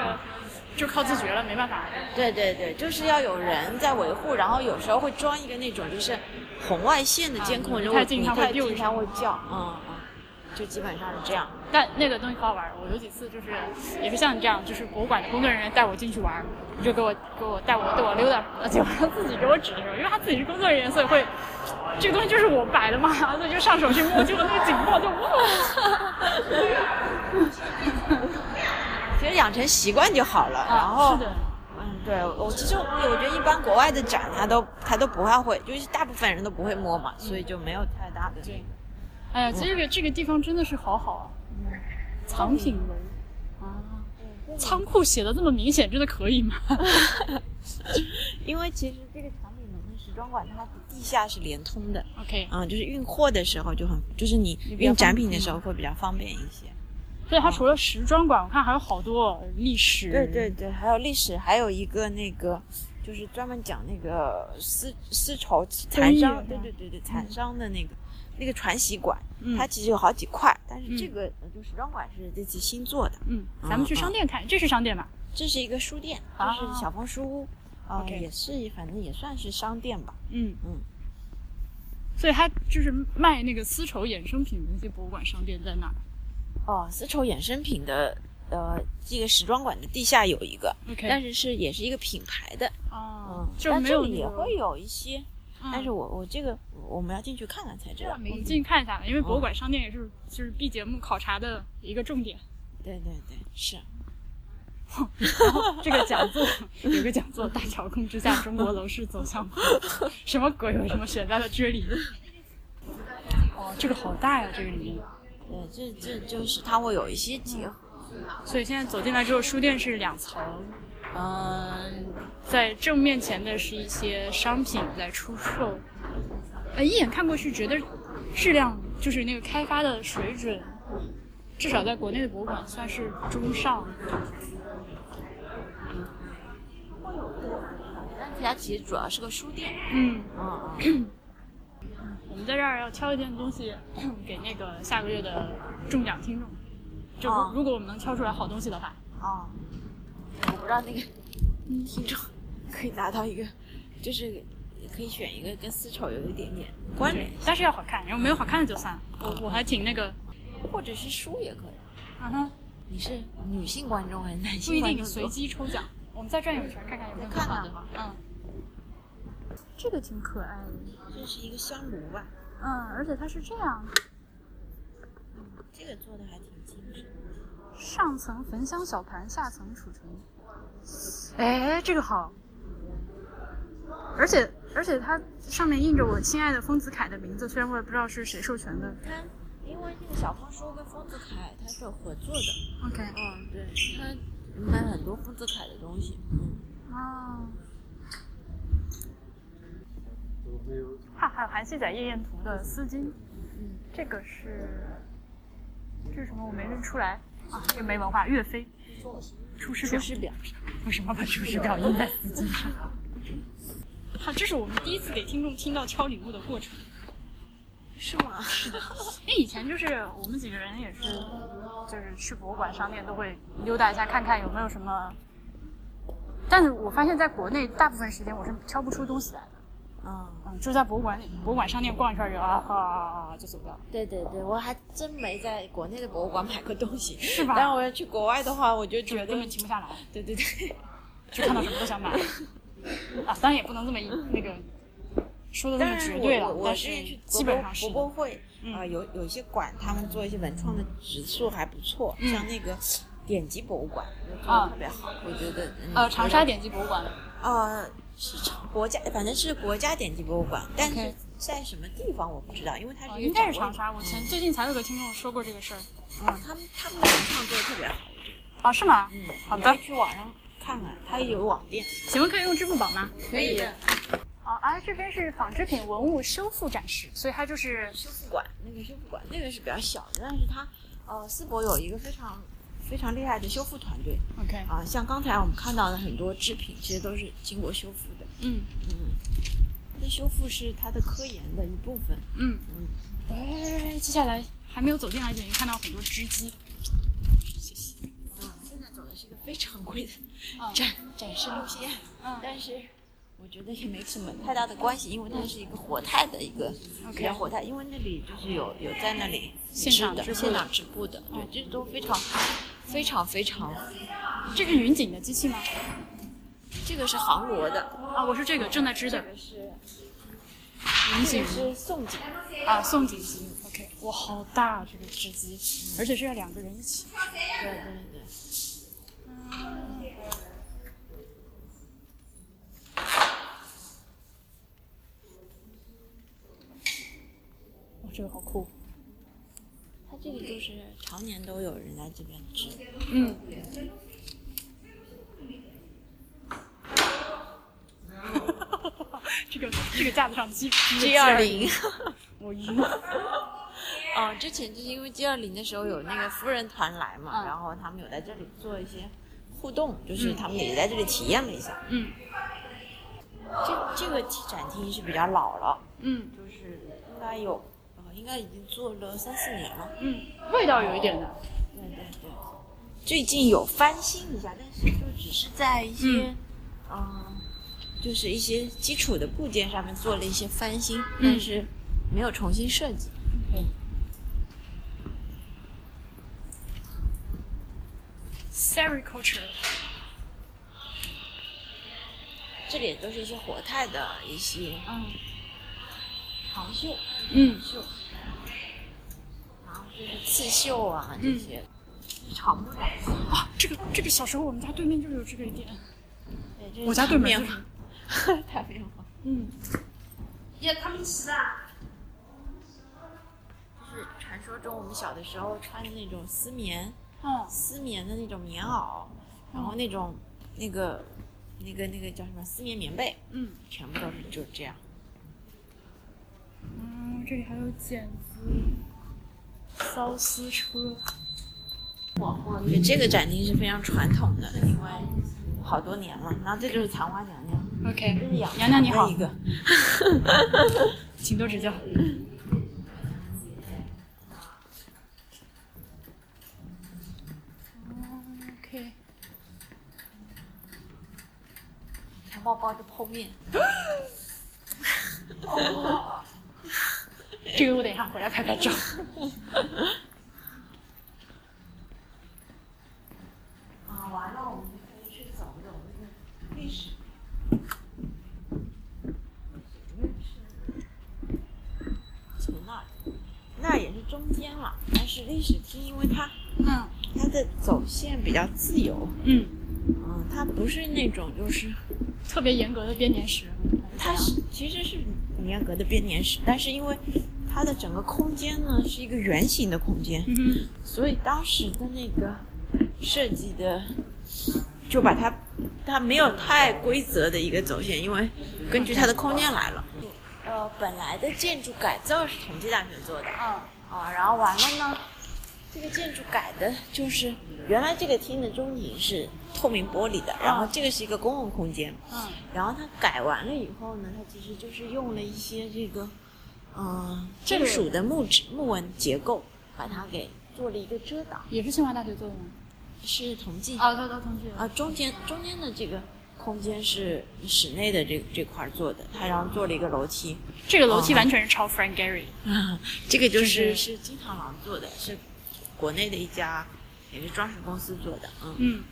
就靠自觉了，没办法。对对对，就是要有人在维护，然后有时候会装一个那种就是红外线的监控，啊你如果太近你它会太丢近一它下会叫，嗯嗯，就基本上是这样。但那个东西可好玩儿，我有几次就是也是像你这样，就是博物馆的工作人员带我进去玩儿，就给我给我带我带我溜达，呃结果他自己给我指的时候，因为他自己是工作人员，所以会这个东西就是我摆的嘛，所以就上手去摸，结果那个警报就哇，嗯其实养成习惯就好了。然啊，后是，的，嗯，对我其实我觉得一般国外的展他都他都不太会，就是大部分人都不会摸嘛，所以就没有太大的。对，哎呀，这个这个地方真的是好好啊，藏品楼啊，仓库写的这么明显，真的可以吗？ 啊因为其实这个产品门的时装馆它地下是连通的， OK，嗯，就是运货的时候就很，就是你比较运展方品的便时候会比较方便一些。所以它除了时装馆，我看还有好多历史。对对对，还有历史，还有一个那个就是专门讲那个丝丝绸蚕工艺商，是对吧对对对，蚕商的那个那个传习馆，嗯它其实有好几块，但是这嗯个呃就时装馆是这次新做的，嗯，咱们去商店看，这是商店吧？这是一个书店，就是啊小枫书屋，啊， OK 也是反正也算是商店吧，嗯嗯，所以它就是卖那个丝绸衍生品的那些博物馆商店在那儿。哦，丝绸衍生品的。呃，这个时装馆的地下有一个 OK 但是是也是一个品牌的，哦嗯，就但没这有里也那个会有一些，嗯但是我我这个我们要进去看看才知道。我们进去看一下吧，因为嗯博物馆商店也是就是 B 节目考察的一个重点。对对对，是。然后这个讲座有个讲座，大调控之下中国楼市走向破产，什么鬼？有什么悬在了这里？哦，这个好大呀，这个里面。对，这这就是它会有一些结合。所以现在走进来之后，书店是两层，嗯、在正面前的是一些商品在出售，呃，一眼看过去觉得质量就是那个开发的水准，至少在国内的博物馆算是中上。但它其实主要是个书店。嗯，嗯，我们在这儿要挑一件东西给那个下个月的中奖听众，就如哦如果我们能挑出来好东西的话，哦，我不知道那个嗯听众 可以拿到一个，就是可以选一个跟丝绸有一点点关联，但是要好看，然后没有好看的就算了。我我还挺那个，或者是书也可以。啊哈。你是女性观众还是男不性一观定众？随机抽奖。我们再转悠一圈，看看有没有看好看的吧。嗯，这个挺可爱的。这是一个香炉吧？嗯，而且它是这样，这个做的还挺精致。上层焚香小盘，下层储存。哎，这个好。而且而且它上面印着我亲爱的丰子恺的名字，虽然我也不知道是谁授权的。它因为这个小方书跟丰子恺它是有合作的。 OK，嗯，对，他卖很多丰子恺的东西。嗯，哦，有没有怕还有韩熙载夜宴图的丝巾。嗯，这个是这是什么？我没认出来啊，这个没文化。岳飞，出师表。师表。为什么把出师表印在丝巾上？啊好，这是我们第一次给听众听到挑礼物的过程。是吗？因为以前就是我们几个人也是，就是去博物馆、商店都会溜达一下，看看有没有什么。但是我发现，在国内大部分时间我是挑不出东西来的，嗯，嗯，就在博物馆里、博物馆商店逛一圈就啊啊啊啊就走掉了。对对对，我还真没在国内的博物馆买过东西，是吧但我要去国外的话，我就就觉是得根，本停不下来，对对对，就看到什么都想买。 啊，当然也不能这么一那个说的那么绝对我了我，我但之是前去国基本上是博博博会嗯啊、呃有有一些馆他们做一些文创的植树还不错，嗯像那个典籍博物馆做的啊呃特别好，我觉得。嗯呃长沙典籍博物馆，呃是国家，反正是国家典籍博物馆，但是 OK 在什么地方我不知道，因为它哦是一应个该是掌握长沙。我前最近才有个听众说过这个事儿。嗯，他们他们的文创做的特别好，啊，是吗？嗯，好你的嗯可以去网上看看，它有网店。请问可以用支付宝吗？可以的啊，而这边是纺织品文物修复展示，所以它就是修复馆，那个修复馆那个是比较小的，但是它呃淄博有一个非常非常厉害的修复团队 OK，啊、像刚才我们看到的很多制品，其实都是经过修复的。嗯嗯，那修复是它的科研的一部分。嗯嗯。哎，接下来还没有走进来就已经看到很多织机，谢谢。嗯，现在走的是一个非常规的啊展、展示路线，嗯 但是我觉得也没什么太大的关系，因为它是一个活态的一个嗯 OK 比较活态，因为那里就是有有在那里现场的织布现场织布的，对哦，这都非常非常非常，这是云锦的机器吗？这个是杭罗的，啊，我是这个正在织的这个是云这锦个是宋锦，啊，宋锦机。OK，哇，好大啊这个织机，而且是要两个人一起。对对对。哇，这个好酷。它这个就是常年都有人来这边织，嗯，这个这个架子上机 G 二，零， 我晕了。哦，之前就是因为 G 二零的时候有那个夫人团来嘛，嗯然后他们有在这里做一些互动，就是他们也在这里体验了一下。嗯这这个展厅是比较老了，嗯就是应该有，呃，应该已经做了三四年了。嗯，味道有一点的。对对对，最近有翻新一下，但是就只是在一些，嗯、就是一些基础的部件上面做了一些翻新，嗯但是没有重新设计。 Sericulture，这里都是一些活态的一些嗯长袖、嗯袖，然后就是刺绣啊这些，长不了。嗯啊，这个这个小时候我们家对面就是有这个店，对，这是我家对棉面就是花，大棉花。嗯，啊就是传说中我们小的时候穿的那种丝棉，哦丝棉嗯的那种棉袄，然后那种那个那个那个叫什么丝棉棉被，嗯全部都是就这样。嗯，这里还有剪子、缫丝车，对，这个展厅是非常传统的，因为好多年了。然后这就是残花娘娘， OK，这是养娘娘你好的一个。请多指教。OK，小包包的泡面， 这个我等一下回来拍拍照。啊，完了，我们可以去走走那个历史。从那儿，那也是中间了，但是历史厅，因为它嗯它的走线比较自由，嗯，嗯，它不是那种就是，特别严格的编年史。它是其实是严格的编年史，但是因为它的整个空间呢是一个圆形的空间，嗯哼所以当时的那个设计的，就把它，它没有太规则的一个走线，因为根据它的空间来了。呃，本来的建筑改造是同济大学做的嗯啊，然后完了呢，这个建筑改的就是原来这个厅的中庭是透明玻璃的，然后这个是一个公共空间，嗯然后它改完了以后呢，它其实就是用了一些这个，嗯、这金个属的木质木纹结构，把它给做了一个遮挡，也是清华大学做的吗？是铜镜啊啊，对对，同学。中间中间的这个空间是室内的这这块儿做的，它然后做了一个楼梯，这个楼梯完全是抄 Frank Gehry。啊， 这个就就是是是金螳螂做的，是国内的一家也是装饰公司做的，嗯，嗯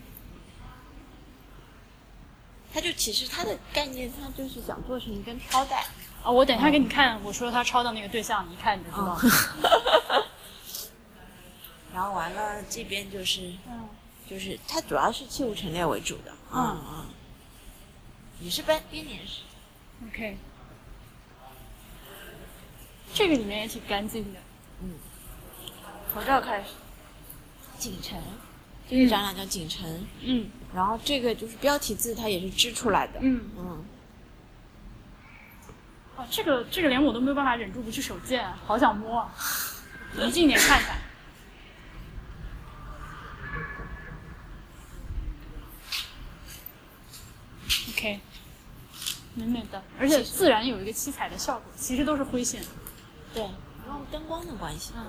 它就其实它的概念，它就是想做成一根飘带，啊，我等一下给你看，我说他抄的那个对象，你一看你就知道了。 嗯 然后完了这边就是嗯嗯就是它主要是器物陈列为主的，嗯嗯，也是编编年史。 OK，这个里面也挺干净的。从这儿开始，锦城，这个展览叫锦城，嗯然后这个就是标题字，它也是织出来的。嗯，嗯，哦，这个这个连我都没有办法忍住不去手贱，好想摸啊，离近点看看。OK，美美的，而且自然有一个七彩的效果，其实都是灰线。对，因为灯光的关系。嗯。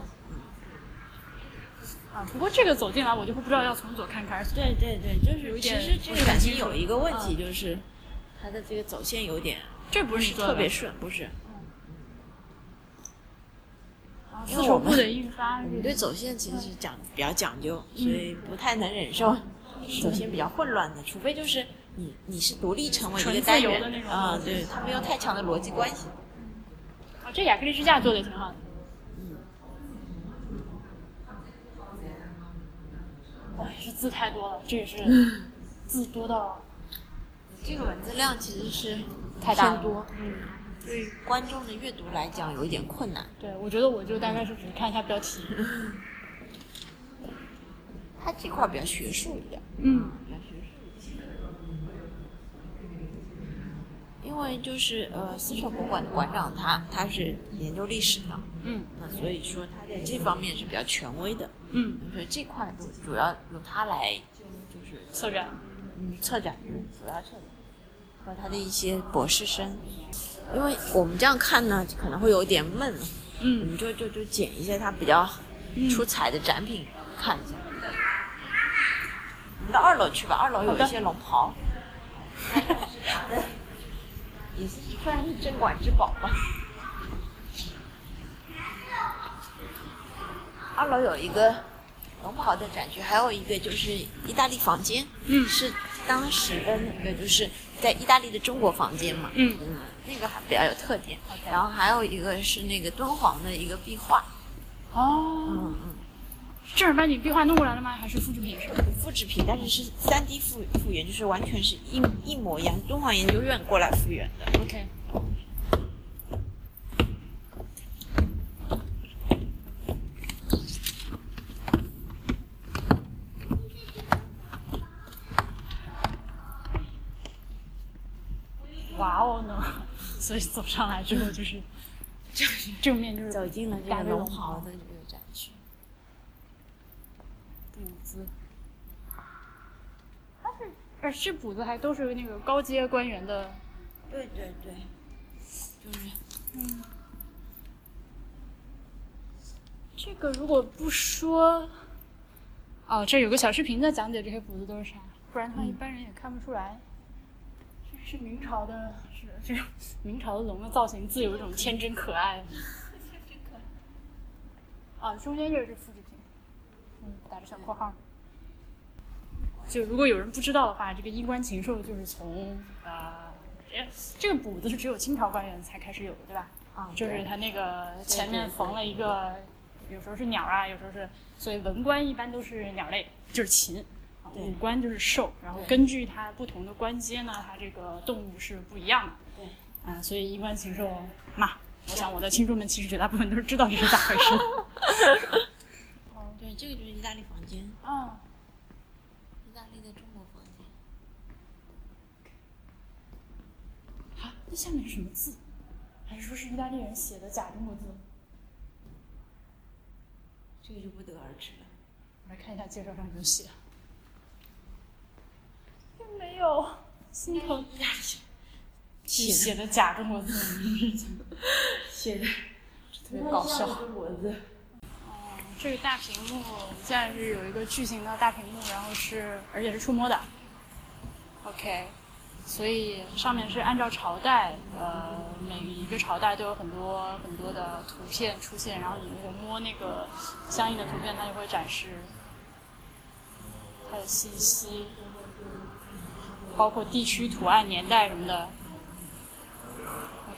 啊，不过这个走进来，我就会不知道要从左看开还是从对对对，就有是一其点实这不个是展很厅清楚有一个问题嗯就是，它的这个走线有点这不不是是你做嗯特的吧别顺，不是。啊因丝为绸我们布的印刷我是，们对走线其实是讲比较讲究，所以不太能忍受走线比较混乱的，除非就是你你是独立成为一纯个自单由元的那种啊、对，它没有太强的逻辑关系。啊，这亚克力支架做的挺好的。哎，这字太多了，这也是字多到这个文字量其实是太大了偏多，嗯，对观众的阅读来讲有一点困难。对我觉得我就大概是只是看一下标题。它这块比较学术一点，嗯，比较学术一些。因为就是呃，丝绸博物馆的馆长他他是研究历史的，嗯那所以说他在这方面是比较权威的，嗯，所以这块都主要由他来就是策展嗯策展，主要策展，还有他的一些博士生，因为我们这样看呢可能会有点闷，我嗯们就就就捡一些它比较出彩的展品看一下。我们到二楼去吧，二楼有一些龙 袍，也是算是镇馆之宝吧。二楼有一个龙袍的展区，还有一个就是意大利房间，嗯是当时的那个就是在意大利的中国房间嘛，嗯嗯，那个还比较有特点。然后还有一个是那个敦煌的一个壁画，哦，嗯嗯，正儿八经壁画弄过来了吗？还是复制品是吧？复制品，但是是三 D 复复原，就是完全是一一模一样。敦煌研究院过来复原的， OK。哇哦呢，所以走上来之后就是正正面就是嗯走进了这大个卫龙龙袍袍的这个展区。补子，它是呃是补子还都是那个高阶官员的对对对，就是这个如果不说，哦，这有个小视频在讲解这些补子都是啥，不然的话一般人也看不出来。这是明朝的，是这种明朝的龙的造型自有一种天真可 爱。啊，中间这个是复制品，嗯，打着小括号。就如果有人不知道的话，这个衣冠禽兽就是从啊、呃，这个补子是只有清朝官员才开始有的，对吧？啊，就是对它那个前面缝了一个，有时候是鸟啊，有时候是，所以文官一般都是鸟类，就是禽，啊对武官就是兽，然后对根据它不同的官阶呢，它这个动物是不一样的。对，啊，所以衣冠禽兽嘛，我想我的听众们其实绝大部分都是知道这是咋回事的。对，这个就是意大利房间，意啊，大利的中国房间。啊，那下面是什么字？还是说是意大利人写的假中国字？这个就不得而知了。我来看一下介绍上有写。并没有，心疼。写的哎写的假中国字，写的特别搞笑。中国字，哦这个大屏幕现在是有一个巨型的大屏幕，然后是而且是触摸的。OK，所以上面是按照朝代，呃，每一个朝代都有很多很多的图片出现，然后你如果摸那个相应的图片，它就会展示它的信息，包括地区、图案、年代什么的。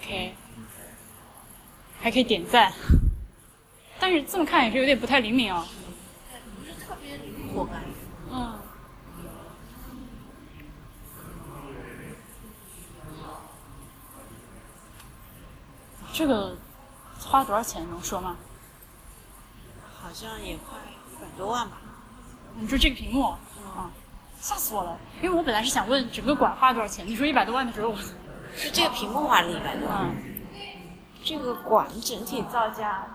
OK，还可以点赞。但是这么看也是有点不太灵敏哦。不是特别灵活感。嗯。这个花了多少钱能说吗？好像也快一百多万吧。你说这个屏幕啊、吓死我了！因为我本来是想问整个馆花了多少钱，你说一百多万的时候，我是这个屏幕花了一百多万，嗯这个馆整体造价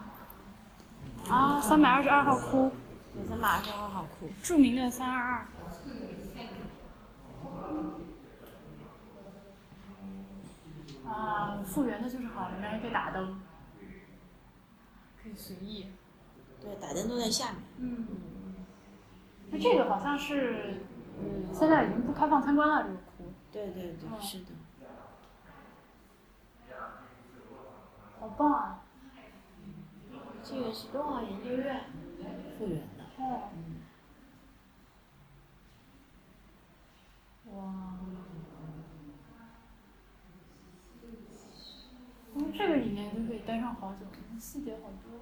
啊，三百二十二号窟，也是马上会好酷。著名的三二二，啊，复原的就是好，里面还可以打灯，可以随意。对，打灯都在下面。嗯，那这个好像是，嗯，现在已经不开放参观了，这个窟。对对对，嗯是的。好棒啊！这个是东华研究院复原的。哦。哇。从这个里面就可以待上好久，细节好多，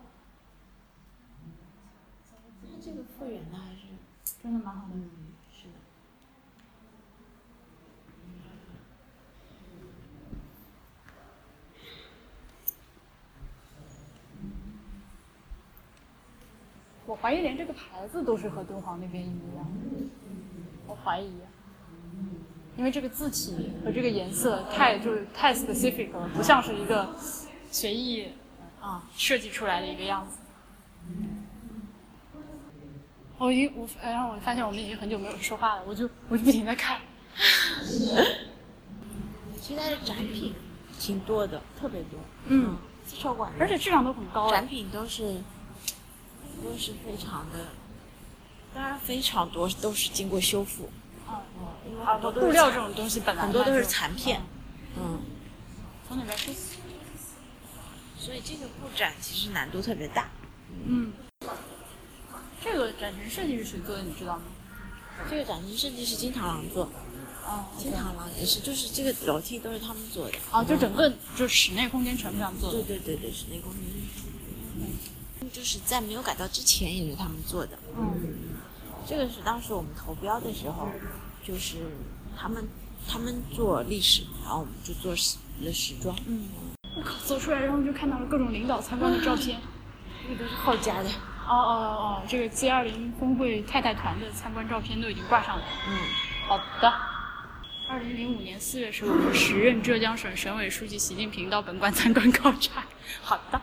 那这个复原的还是，真的蛮好的。嗯，是的。我怀疑连这个牌子都是和敦煌那边一样，我怀疑，因为这个字体和这个颜色太就是太 specific 了，不像是一个随意啊设计出来的一个样子。我已经我哎然后我发现我们已经很久没有说话了，我就我就不停的看，其实它的展品挺多的，特别多。嗯，自筹馆而且质量都很高哎展，品都是都是非常的，当然非常多都是经过修复，啊，因为啊很多都布是料残这种东西本来很多都它是就残片，嗯，从里面去，所以这个布展其实难度特别大。嗯，这个展陈设计是谁做的，你知道吗？这个展厅设计是金螳螂做，啊，金螳螂也是，就是这个楼梯都是他们做的。啊，就整个就室内空间全部这样做的对。对对对，室内工程。就是在没有改造之前也是他们做的，嗯这个是当时我们投标的时候，就是他们他们做历史，然后我们就做时了时装，嗯，我靠，走出来然后就看到了各种领导参观的照片。这个都是后加的。哦哦哦，这个 G 二零峰会太太团的参观照片都已经挂上了。嗯，好的。二零零五年四月十五日，时任浙江省省委书记习近平到本馆参观考察。好的。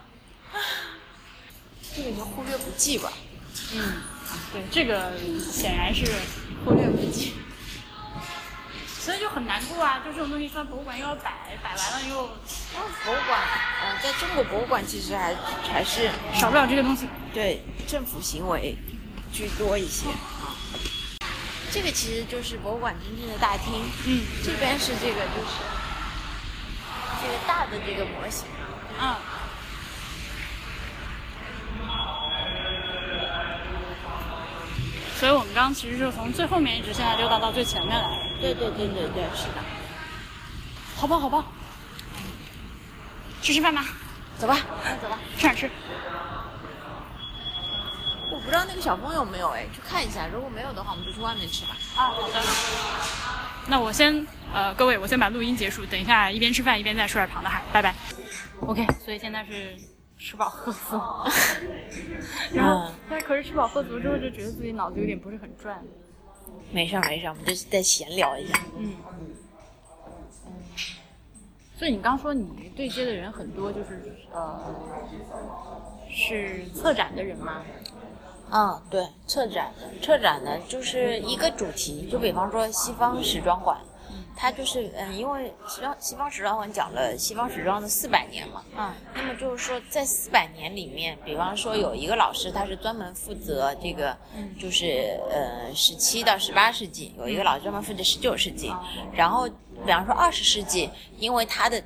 这个就忽略不计吧。嗯，对，这个显然是忽略不计。所以就很难过啊！就这种东西，放博物馆又要摆，摆完了又哦博物馆，呃，在中国博物馆其实还还是少不了这个东西。对政府行为居多一些啊。这个其实就是博物馆真正的大厅，嗯这边是这个就是这个大的这个模型，嗯。所以我们刚刚其实就从最后面一直现在溜达到最前面来了。对对对对对，是的，好吧，好吧，吃吃饭吧，走吧。快走吧，吃点吃。我不知道那个小峰有没有哎，去看一下，如果没有的话，我们就去外面吃吧。啊，好的。那我先，呃，各位，我先把录音结束，等一下一边吃饭一边再说点旁的哈，拜拜。OK，所以现在是吃饱 喝足，然后嗯但是可是吃饱喝足之后就觉得自己脑子有点不是很转，没事儿没事儿，我们就是再闲聊一下。嗯，所以你刚说你对接的人很多，就是呃，是策展的人吗？嗯，对，策展的，策展的就是一个主题，就比方说西方时装馆，它就是嗯，因为西装西方时装馆讲了西方时装的四百年嘛，嗯那么就是说在四百年里面，比方说有一个老师，他是专门负责这个，就是呃十七到十八世纪，有一个老师专门负责十九世纪，然后比方说二十世纪，因为他的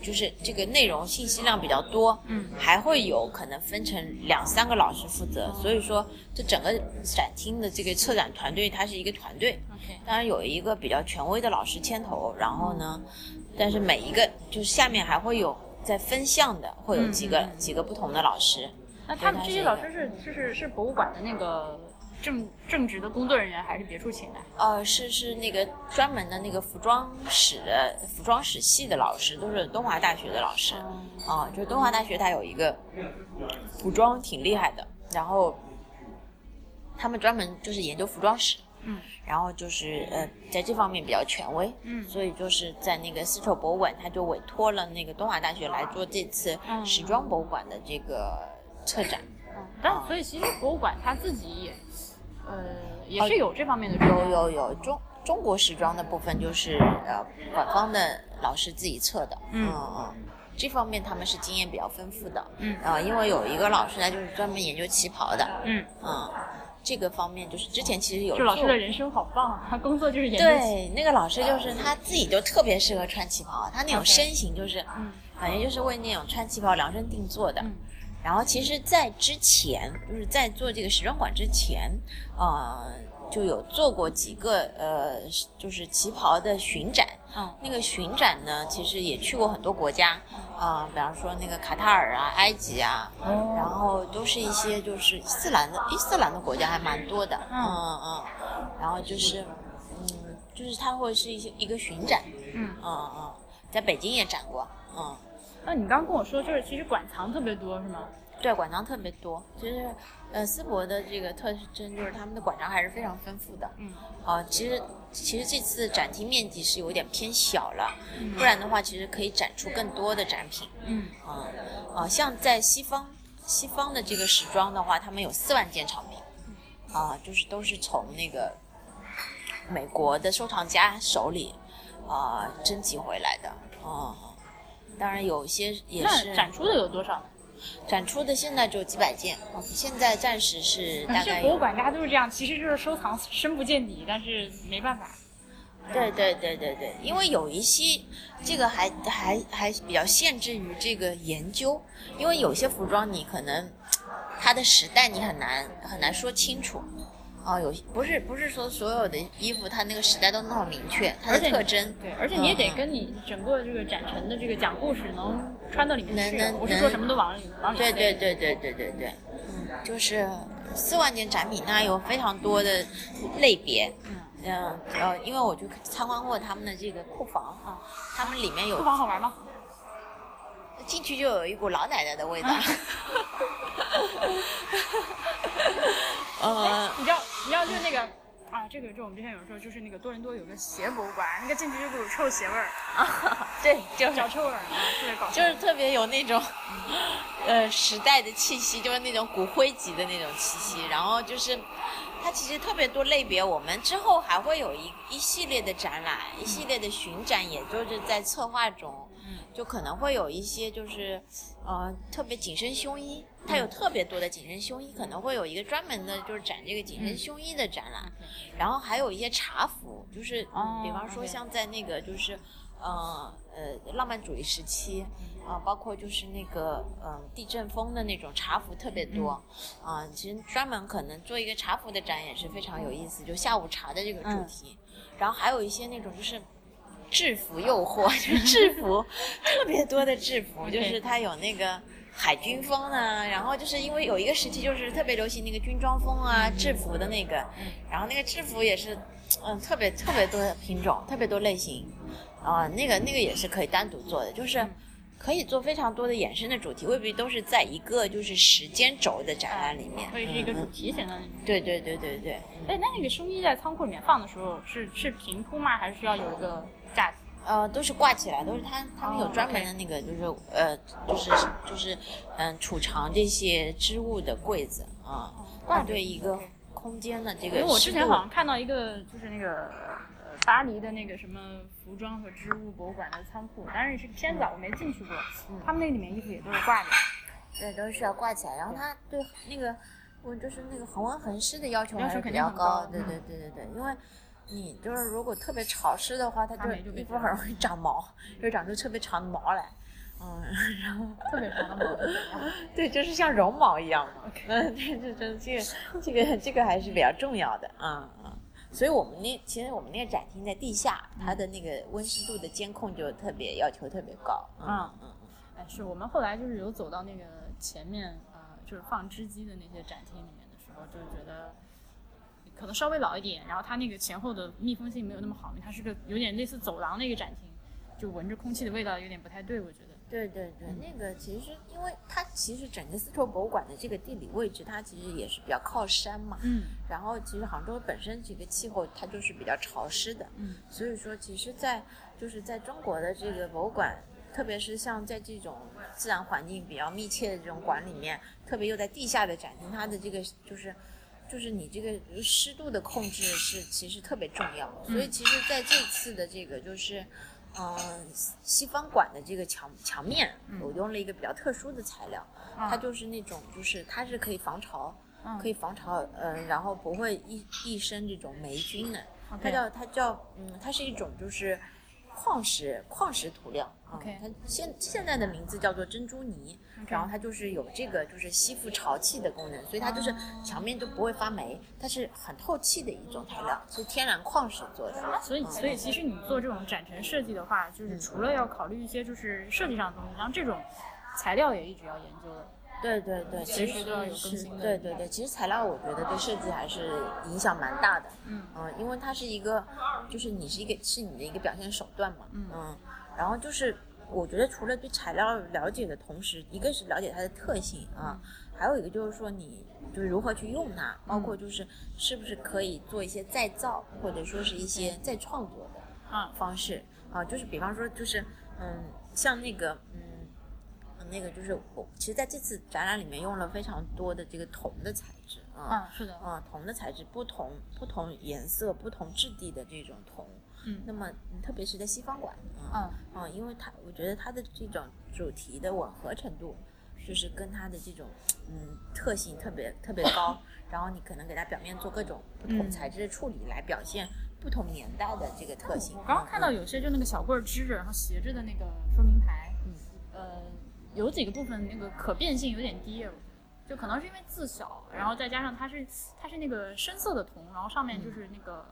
就是这个内容信息量比较多，嗯，还会有可能分成两三个老师负责，所以说这整个展厅的这个策展团队，它是一个团队， ，OK，当然有一个比较权威的老师牵头，然后呢，但是每一个就是下面还会有在分项的，会有几个、几个不同的老师，那他们这些老师是就是是博物馆的那个正正直的工作人员还是别处请来？呃，是是那个专门的那个服装史的服装史系的老师，都是东华大学的老师，哦啊、就是东华大学它有一个服装挺厉害的，然后他们专门就是研究服装史，嗯，然后就是呃在这方面比较权威，嗯所以就是在那个丝绸博物馆，他就委托了那个东华大学来做这次嗯时装博物馆的这个策展，啊但所以其实博物馆它自己也，哦呃，也是有这方面的专有业。有有中中国时装的部分就是呃馆方的老师自己测的，嗯嗯这方面他们是经验比较丰富的，嗯啊、因为有一个老师他就是专门研究旗袍的，嗯，嗯，这个方面就是之前其实有就老师做的人生好棒啊，他 工作就是研究对，那个老师就是他自己就特别适合穿旗袍，啊他那种 OK 身形就是，啊嗯感觉就是为那种穿旗袍量身定做的。嗯然后其实，在之前，就是在做这个时装馆之前，呃，就有做过几个呃，就是旗袍的巡展。嗯那个巡展呢，其实也去过很多国家，嗯啊、比方说那个卡塔尔啊、埃及啊，哦然后都是一些就是伊斯兰的伊斯兰的国家还蛮多的，嗯嗯然后就是，嗯，就是它会是一些一个巡展，嗯嗯嗯，在北京也展过，嗯，那你刚刚跟我说，就是其实馆藏特别多是吗？对，馆藏特别多，就是呃，思博的这个特征就是他们的馆藏还是非常丰富的，嗯，啊，其实其实这次展厅面积是有点偏小了，不然的话其实可以展出更多的展品。嗯，啊啊，像在西方西方的这个时装的话，他们有四万件藏品，嗯啊，就是都是从那个美国的收藏家手里啊征集回来的，啊。当然，有些也那是展出的有多少？展出的，现在只有几百件。啊现在暂时是大这概博物有，馆家都啊是这样，其实就是收藏深不见底，但是没办法。对对对对对，因为有一些这个还还还比较限制于这个研究，因为有些服装你可能它的时代你很难很难说清楚。啊，有不是不是说所有的衣服它那个时代都那么明确，它而的且你特征对，而且你也得嗯嗯跟你整个这个展陈的这个讲故事能穿到里面能去，能不是说什么都往里往里对塞。对对对对对对，嗯，就是四万件展品，它有非常多的类别。嗯，呃，因为我去参观过他们的这个库房啊，他们里面库有房好玩吗？进去就有一股老奶奶的味 道。呃， 你知道，你知道就是那个啊，这个就我们之前有时候就是那个多伦多有个鞋博物馆，那个进去就有臭鞋味儿，对，就是脚臭味儿，啊特别搞笑。就是特别有那种，呃，时代的气息，就是那种骨灰级的那种气息。然后就是，它其实特别多类别，我们之后还会有一一系列的展览，一系列的巡展，也就是在策划中，就可能会有一些就是，呃，特别紧身胸衣，它嗯有特别多的紧身胸衣，可能会有一个专门的就是展这个紧身嗯胸衣的展览，然后还有一些茶服，就是、嗯哦比方说 OK 像在那个就是。呃呃，浪漫主义时期嗯啊、包括就是那个嗯、呃地震风的那种茶服特别多嗯啊、其实专门可能做一个茶服的展也是非常有意思，就下午茶的这个主嗯题，然后还有一些那种就是。制服诱惑 就是制服，特别多的制服，就是它有那个海军风啊，然后就是因为有一个时期就是特别流行那个军装风啊，制服的那个，嗯然后那个制服也是，嗯，特别特别多的品种，特别多类型，啊、那个那个也是可以单独做的，就是嗯可以做非常多的衍生的主题，未必都是在一个就是时间轴的展览里面。哦所以是一个嗯主嗯题型的那种。对对对对对，哎，那那个胸衣在仓库里面放的时候是是平铺吗？还是要有一个架子？呃，都是挂起来，都是他他们有哦专门的那个，就是、呃，就是就是嗯，储藏这些织物的柜子啊，哦挂、对一个空间的这因为个我湿之前度好。像看到一个，就是那个呃巴黎的那个什么服装和织物博物馆的仓库，但是是偏早，我没进去过。他们那里面衣服也都是挂着。对，都是要挂起来。然后它对那个，我就是那个恒温恒湿的要求要还求是肯比定较很高嗯高。对对对对对，因为你就是如果特别潮湿的话，它发就霉就被衣服抓很容易长毛，就长出特别长的毛来。嗯，然后特别长的毛对，就是像绒毛一样嘛。 嗯，对，这这这个这个这个还是比较重要的。嗯嗯。所以我们那其实我们那个展厅在地下，它的那个温湿度的监控就特别要求特别高。嗯嗯嗯。哎，是我们后来就是有走到啊那个前面，呃，就是放织机的那些展厅里面的时候，就觉得，可能稍微老一点，然后它那个前后的密封性没有那么好，因为它是个有点类似走廊的一个展厅，就闻着空气的味道有点不太对，我觉得。对对对，嗯那个其实因为它其实整个丝绸博物馆的这个地理位置，它其实也是比较靠山嘛。嗯然后其实杭州本身这个气候它就是比较潮湿的，嗯，所以说其实在，就是在中国的这个博物馆，特别是像在这种自然环境比较密切的这种馆里面，特别又在地下的展厅，它的这个就是。就是你这个湿度的控制是其实特别重要，所嗯以其实在这次的这个就是，嗯、西方馆的这个墙墙面，嗯我用了一个比较特殊的材料，它就是那种就是它是可以防潮，嗯可以防潮，嗯、然后不会一一身这种霉菌的。它 OK 叫它叫嗯，它是一种就是矿石矿石涂料啊。 OK 它现现在的名字叫做珍珠泥 OK 然后它就是有这个就是吸附潮气的功能，所以它哦就是墙面都不会发霉，它是很透气的一种材料，是天然矿石做的。所以，嗯所以其实你做这种展陈设计的话，就是除了要考虑一些就是设计上的东西，然后这种材料也一直要研究的。对对对，随其时实都要有更是新的对对对，其实材料我觉得对设计还是影响蛮大的。嗯因为它是一个，就是你是一个是你的一个表现手段嘛。嗯然后就是我觉得除了对材料了解的同时，一个是了解它的特性嗯啊，还有一个就是说你就是如何去用它，包嗯括就是是不是可以做一些再造或者说是一些嗯再创作的。啊，方式啊，就是比方说，就是嗯，像那个嗯，那个就是我，其实在这次展览里面用了非常多的这个铜的材质啊，嗯，是的，啊，铜的材质，不同不同颜色、不同质地的这种铜。嗯那么嗯特别是在西方馆，嗯嗯，因为它我觉得它的这种主题的吻合程度，就是跟它的这种嗯特性特别特别高，然后你可能给它表面做各种不同嗯材质的处理，来表现不同年代的这个特性。哦啊我刚刚看到有些就那个小棍儿支着，然后斜着的那个说明牌，嗯呃，有几个部分那个可变性有点低，我觉得就可能是因为字小，然后再加上它是它是那个深色的铜，然后上面就是那个、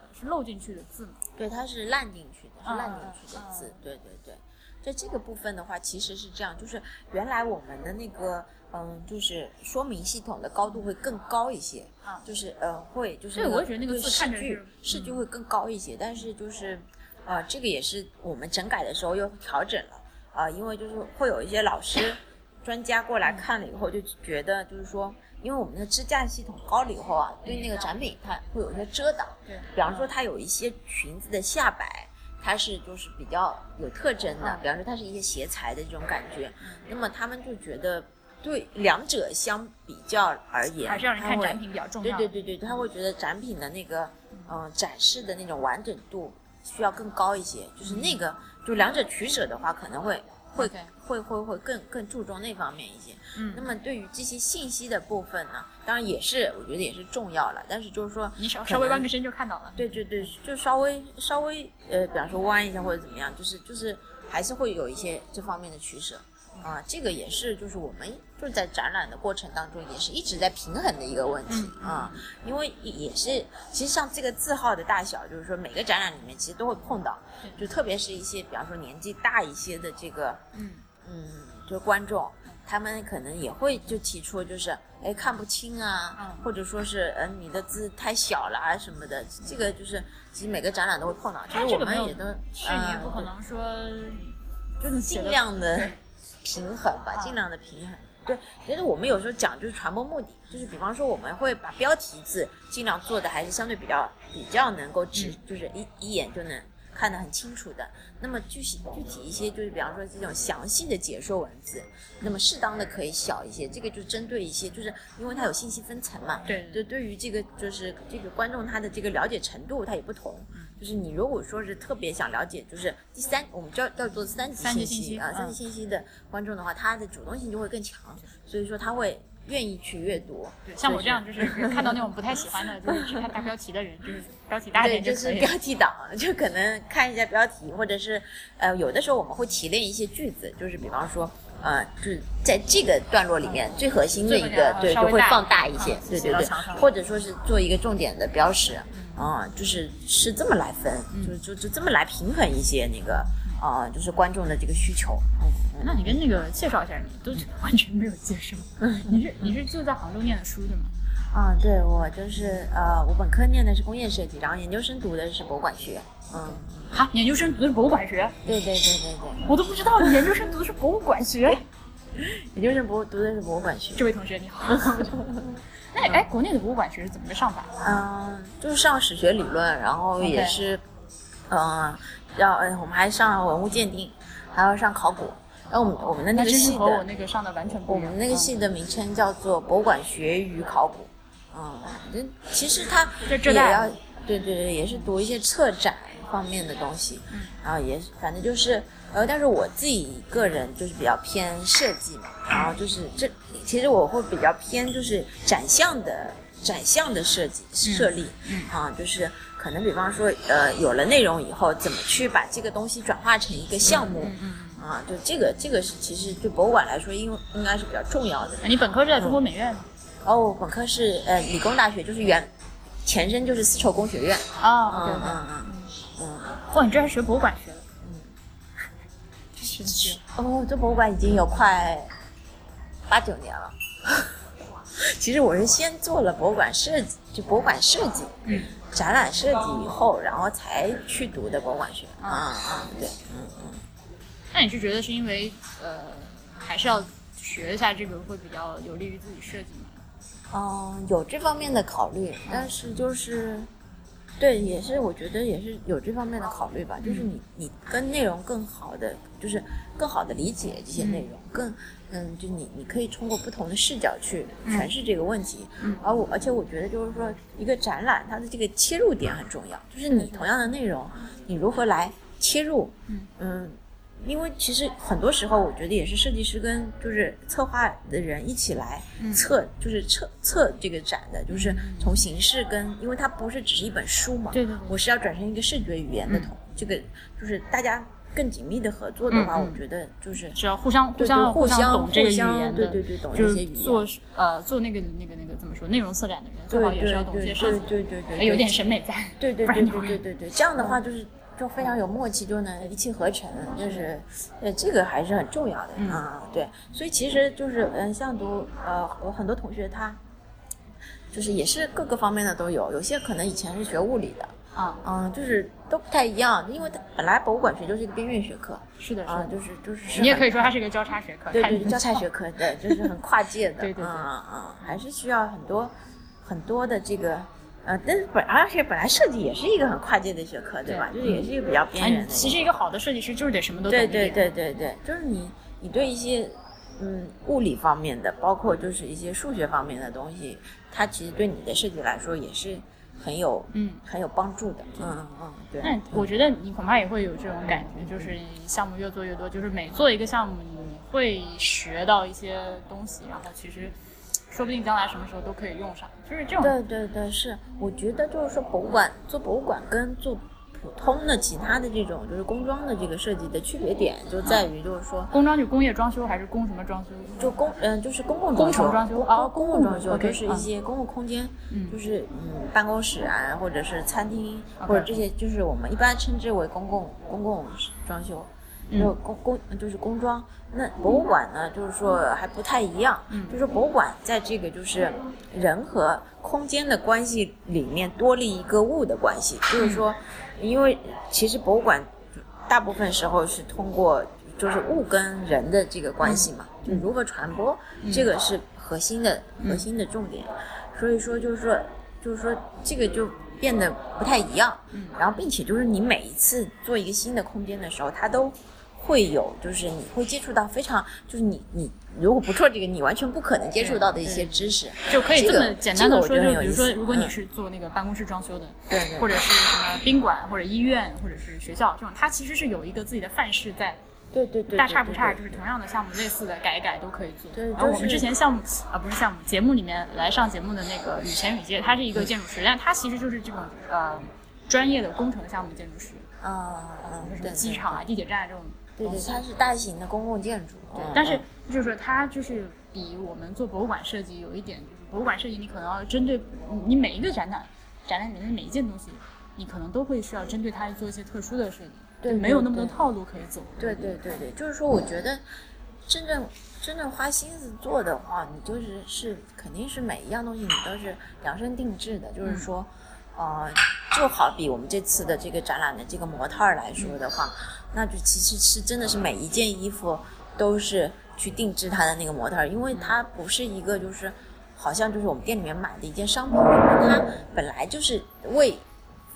呃是漏进去的字嘛，对，它是烂进去的，是烂进去的嗯嗯字嗯。对对对，在这个部分的话，其实是这样，就是原来我们的那个，嗯，就是说明系统的高度会更高一些，嗯就是呃，会就是对那我也觉得那个对字视看着距是视距嗯会更高一些，但是就是，呃，这个也是我们整改的时候又调整了啊、因为就是会有一些老师专家过嗯来看了以后，就觉得就是说。因为我们的支架系统高了以后啊，对那个展品它会有一些遮挡，嗯对，比方说它有一些裙子的下摆，它是就是比较有特征的嗯，比方说它是一些斜裁的这种感觉，那么他们就觉得对两者相比较而言，还是让人看它会展品比较重对要，对对对，他会觉得展品的那个嗯、呃展示的那种完整度需要更高一些，就是那个就两者取舍的话，可能会会 OK 会会会更更注重那方面一些。嗯那么对于这些信息的部分呢，当然也是我觉得也是重要了，但是就是说你 稍可稍微能弯个身就看到了，对对对，就稍微稍微呃，比方说弯一下或者怎么样，就是就是还是会有一些这方面的取舍嗯啊、这个也是就是我们就是在展览的过程当中也是一直在平衡的一个问嗯题啊、因为也是其实像这个字号的大小，就是说每个展览里面其实都会碰到，就特别是一些比方说年纪大一些的这个嗯嗯，就是观众，他们可能也会就提出就是，哎，看不清啊，嗯或者说是，嗯、你的字太小了啊什么的，这个就是其实每个展览都会碰到，其但实这我个没们有也都，是你也嗯不可对能说就是写尽的量的平衡吧，啊尽量的平衡。对，其实我们有时候讲就是传播目的，就是比方说我们会把标题字尽量做的还是相对比较比较能够直，嗯就是一一眼就能看得很清楚的。那么具体具体一些就是比方说这种详细的解说文字，那么适当的可以小一些，这个就针对一些就是因为它有信息分层嘛，对就对于这个就是这个观众他的这个了解程度他也不同，嗯就是你如果说是特别想了解，就是第三我们叫叫做三级三级信息信息啊，三嗯级信息的观众的话，他的主动性就会更强，所以说他会愿意去阅读。对，像我这样就是看到那种不太喜欢的，就是只看大标题的人，就是标题大一对，点就可是以标了。题党，就可能看一下标题，或者是呃，有的时候我们会提炼一些句子，就是比方说，呃，就是在这个段落里面最核心的一最核个心，对，稍就微会大放大一一点些啊，对写对到对墙上，或者说是做一个重点的标识，啊，就是是这么来分，嗯就就就这么来平衡一些那个啊，就是观众的这个需求，嗯嗯。那你嗯 跟那个介绍一下，你都完全没有介绍。你是你是就在杭州念的书对吗？啊，对我就是呃，我本科念的是工业设计，然后研究生读的是博物馆学。嗯，哈，啊研究生读的是博物馆学，对对对对我都不知道你研究生读的是博物馆学。哎对，研究生博读的是博物馆学。这位同 学你好。那哎，国内的博物馆学是怎么个上法？嗯，就是上史学理论，然后 OK 也是，嗯，要哎，我们还上文物鉴定，还要上考古。然后我们我们的那那个真是系和我的，那个上的完全不我一样。们那个系的名称叫做博物馆学与考古。嗯，那其实它这浙也大要，对对对，也是读一些策展方面的东西。嗯，然后也是反正就是，呃，但是我自己个人就是比较偏设计嘛，然后就是这其实我会比较偏就是展项的展项的设计设立，嗯啊，就是可能比方说呃有了内容以后，怎么去把这个东西转化成一个项目。啊，就这个，这个是其实对博物馆来说应，应该是比较重要的。嗯你本科是在中国美院吗然后我本科是呃理工大学，就是原前身就是丝绸工学院。啊？对嗯对。嗯嗯嗯。哇，你这还学博物馆学的？嗯，神奇。哦，这博物馆已经有快八九年了。 其实我是先做了博物馆设计，就博物馆设计，嗯，展览设计以后，然后才去读的博物馆学。啊啊、嗯，对，那你是觉得是因为呃，还是要学一下这个会比较有利于自己设计吗？嗯，有这方面的考虑，但是就是，对，也是我觉得也是有这方面的考虑吧，就是你你跟内容更好的，就是更好的理解这些内容，更嗯，就你你可以通过不同的视角去诠释这个问题，而我而且我觉得就是说一个展览它的这个切入点很重要，就是你同样的内容，你如何来切入，嗯。因为其实很多时候，我觉得也是设计师跟就是策划的人一起来嗯测，就是测测这个展的，就是从形式跟，因为它不是只是一本书嘛，对对嗯对我是要转成一个视觉语言的同，这个就是大家更紧密的合作的话，嗯嗯我觉得就是是要互相互对相对要互相相懂这个互语相言对的，对对懂就这些是语言做呃做那个那个那个怎么说内容策展的人，最对好对也是对要懂一些对设对计，对对对，有点审美在。对对不对然对对对对，这样嗯的话就是就非常有默契，就能一气呵成，就是呃这个还是很重要的、嗯啊。对，所以其实就是嗯，像读呃，我很多同学他就是也是各个方面的都有，有些可能以前是学物理的，啊，嗯，就是都不太一样，因为它本来博物馆学就是一个边缘学科是的，是啊，的。就是就是你也很可以说它是一个交叉学科，对看对你对，交叉学科对，就是很跨界 的，对对对嗯嗯嗯，还是需要很多很多的这个，呃，但是本而且本来设计也是一个很跨界的学科，对吧？对就是也是一个比较哎，边缘你的，其实一个好的设计师就是得什么都懂对一点对对对对，就是你你对一些嗯物理方面的，包括就是一些数学方面的东西，它其实对你的设计来说也是很有嗯很有帮助的，嗯嗯嗯，对，那我觉得你恐怕也会有这种感觉，就是项目越做越多，就是每做一个项目，你会学到一些东西，然后其实说不定将来什么时候都可以用上，就是这种对对对，是，我觉得就是说博物馆做博物馆跟做普通的其他的这种就是工装的这个设计的区别点就在于就是说。工装就工业装修还是工什么装修，就公嗯、就是公共工装程修，装修公哦公共公装共修 OK，就是一嗯些公共空间，就是嗯办公室啊，或者是餐厅 OK 或者这些，就是我们一般称之为公共公共装修，就公公就是公装。那博物馆呢，就是说还不太一样，就是博物馆在这个就是人和空间的关系里面多了一个物的关系，就是说，因为其实博物馆大部分时候是通过就是物跟人的这个关系嘛，就如何传播，这个是核心的、核心的重点。所以说，就是说，就是说，这个就变得不太一样。嗯然后，并且就是你每一次做一个新的空间的时候，它都会有，就是你会接触到非常，就是你你如果不做这个，你完全不可能接触到的一些知识。就可以这么这个简单的说，这个我觉得很就比有如意思说，如果你嗯是做那个办公室装修的，对对对或者是什么宾馆或者医院或者是学校这种，它其实是有一个自己的范式在。对对对，大对差不差，。对就对是同样的项目，类似的改一改都可以做。对然后我就们是之前项目啊，不是项目，节目里面来上节目的那个雨前雨街，他是嗯一个建筑师，但他其实就是这种呃专业的工程项目建筑师，啊嗯比如嗯，什对么机。场啊、地铁站啊这种对东对对，西。它是大型的公共建筑。对嗯，但是嗯就是说他就是比我们做博物馆设计有一点，就是博物馆设计你可能要针对嗯你你每一个展览，展览里面的每一件东西，你可能都会需要针对它做一些特殊的设计，对就没有那么多对对套路可以走。对对对对，就是说，我觉得真正真正花心思做的话，你就是是肯定是每一样东西你都是量身定制的，就是说，呃，就好比我们这次的这个展览的这个模特儿来说的话，那就其实是真的是每一件衣服都是去定制它的那个模特儿，因为它不是一个就是好像就是我们店里面买的一件商品，因为它本来就是为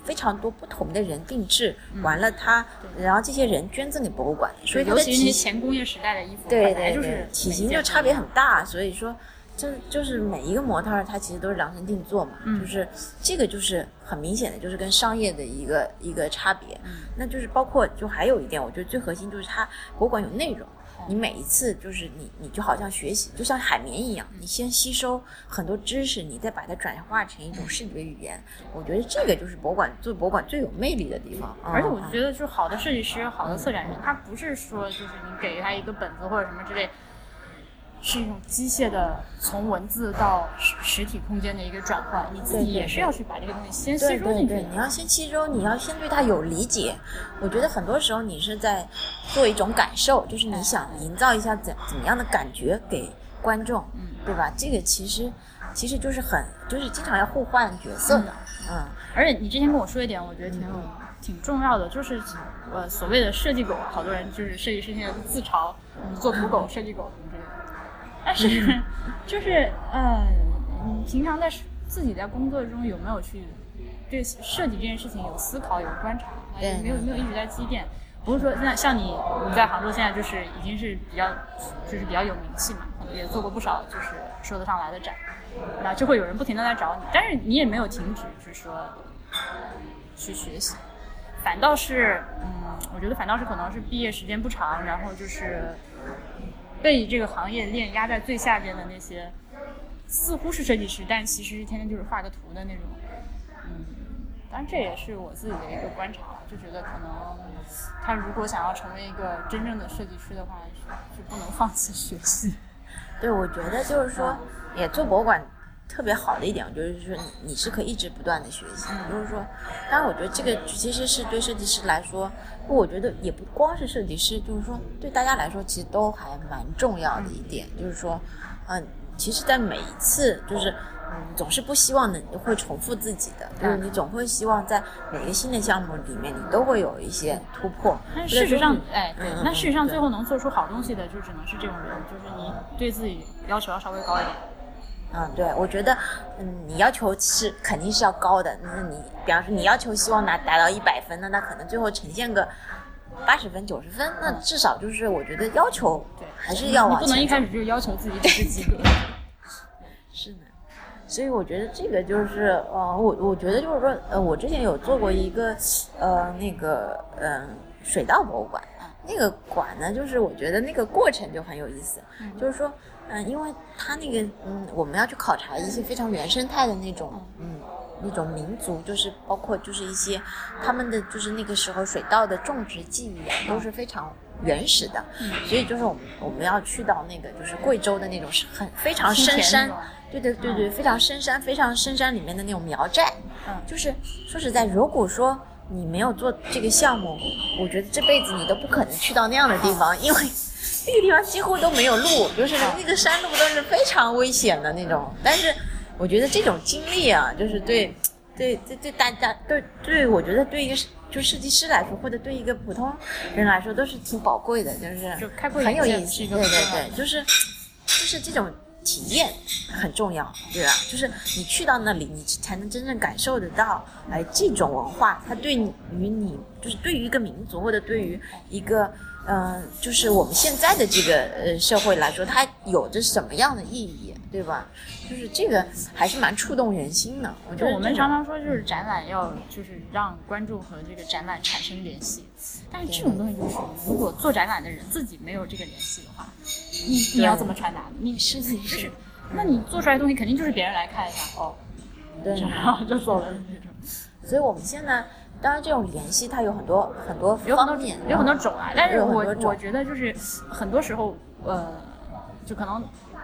非常多不同的人定制，完了它，然后这些人捐赠给博物馆，所以它尤的其是体那型前工业时代的衣服，对本来对就是对，体每型件就不差一别样很大，所以说就是就是每一个模特儿他其实都是量身定做嘛，就是这个就是很明显的就是跟商业的一个一个差别，那就是包括就还有一点，我觉得最核心就是它博物馆有内容。你每一次就是你，你就好像学习，就像海绵一样，你先吸收很多知识，你再把它转化成一种视觉语言。我觉得这个就是博物馆做博物馆最有魅力的地方。而且我嗯觉得，就是好的设计师、好的策展人，他不是说就是你给他一个本子或者什么之类，是一种机械的从文字到实实体空间的一个转换，你自对己对也是要去把这个东西先吸对收对进去啊对，你要的。先吸收，你要先对它有理解。我觉得很多时候你是在做一种感受，就是嗯你想营造一下怎怎么样的感觉给观众，嗯对吧？这个其实其实就是很就是经常要互换角色的，嗯，而且你之前跟我说一点，我觉得挺有挺重要的，就是呃所谓的设计狗，好多人就是设计师现在自嘲做土狗、设计狗什么之类的，但是 就是呃，你平常在自己在工作中有没有去对设计这件事情有思考、有观察，对有没有没有一直在积淀？不是说那像你你在杭州现在就是已经是比较就是比较有名气嘛，也做过不少就是说得上来的展，那就会有人不停的来找你，但是你也没有停止，就是说去学习。反倒是，嗯，我觉得反倒是可能是毕业时间不长，然后就是被这个行业链压在最下边的那些，似乎是设计师，但其实天天就是画个图的那种。嗯，当然这也是我自己的一个观察，就觉得可能他如果想要成为一个真正的设计师的话，是是不能放弃学习。对，我觉得就是说，也做博物馆特别好的一点，就是说你你是可以一直不断的学习，就是说，当然我觉得这个其实是对设计师来说，我觉得也不光是设计师，就是说对大家来说其实都还蛮重要的一点，就是说，嗯，其实，在每一次就是。嗯，总是不希望能会重复自己的，就是你总会希望在每个新的项目里面，你都会有一些突破。但或事者说实上你，哎，对嗯，那嗯事实上对最后能做出好东西的，就只能是这种人，就是你对自己要求要稍微高一点。嗯，对，我觉得，嗯，你要求是肯定是要高的。那你，比方说你要求希望拿达到一百分，那那可能最后呈现个八十分、九十分，那至少就是我觉得要求对还是要你往不前能一走开始就要求自己只是及格。是的，所以我觉得这个就是，呃，我我觉得就是说，呃，我之前有做过一个，呃，那个，嗯、水稻博物馆，嗯那个馆呢，就是我觉得那个过程就很有意思，就是说，嗯、因为它那个，嗯，我们要去考察一些非常原生态的那种，嗯。那种民族就是包括就是一些他们的就是那个时候水稻的种植技艺啊，都是非常原始的，嗯所以就是我们我们要去到那个就是贵州的那种是很非常清深田那山种，对对对对，非常深山，非常深山里面的那种苗寨。嗯就是说实在，如果说你没有做这个项目，我觉得这辈子你都不可能去到那样的地方，因为那个地方几乎都没有路，嗯就是那个山路都是非常危险的那种。但是我觉得这种经历啊，就是对。对对对，大家对对，我觉得对一个就设计师来说，或者对一个普通人来说，都是挺宝贵的，就是就开阔眼很有界意思是一。个对很重要对的对，就是就是这种体验很重要，对吧？啊就是你去到那里，你才能真正感受得到，哎，这种文化它对你与你，就是对于一个民族或者对于一个。嗯、就是我们现在的这个呃社会来说，它有着什么样的意义，对吧？就是这个还是蛮触动人心的。我觉就得 我这们种常常说，就是展览要就是让观众和这个展览产生联系，但是这种东西就是，如果做展览的人自己没有这个联系的话，你你要怎么传达？你是自己是，那你做出来的东西肯定就是别人来看一下哦，对然后 就走了的那种。所以我们现在，当然这种联系它有很多很多有很多方面，有很多种啊。但是有很我多种我觉得就是很多时候，呃，就可能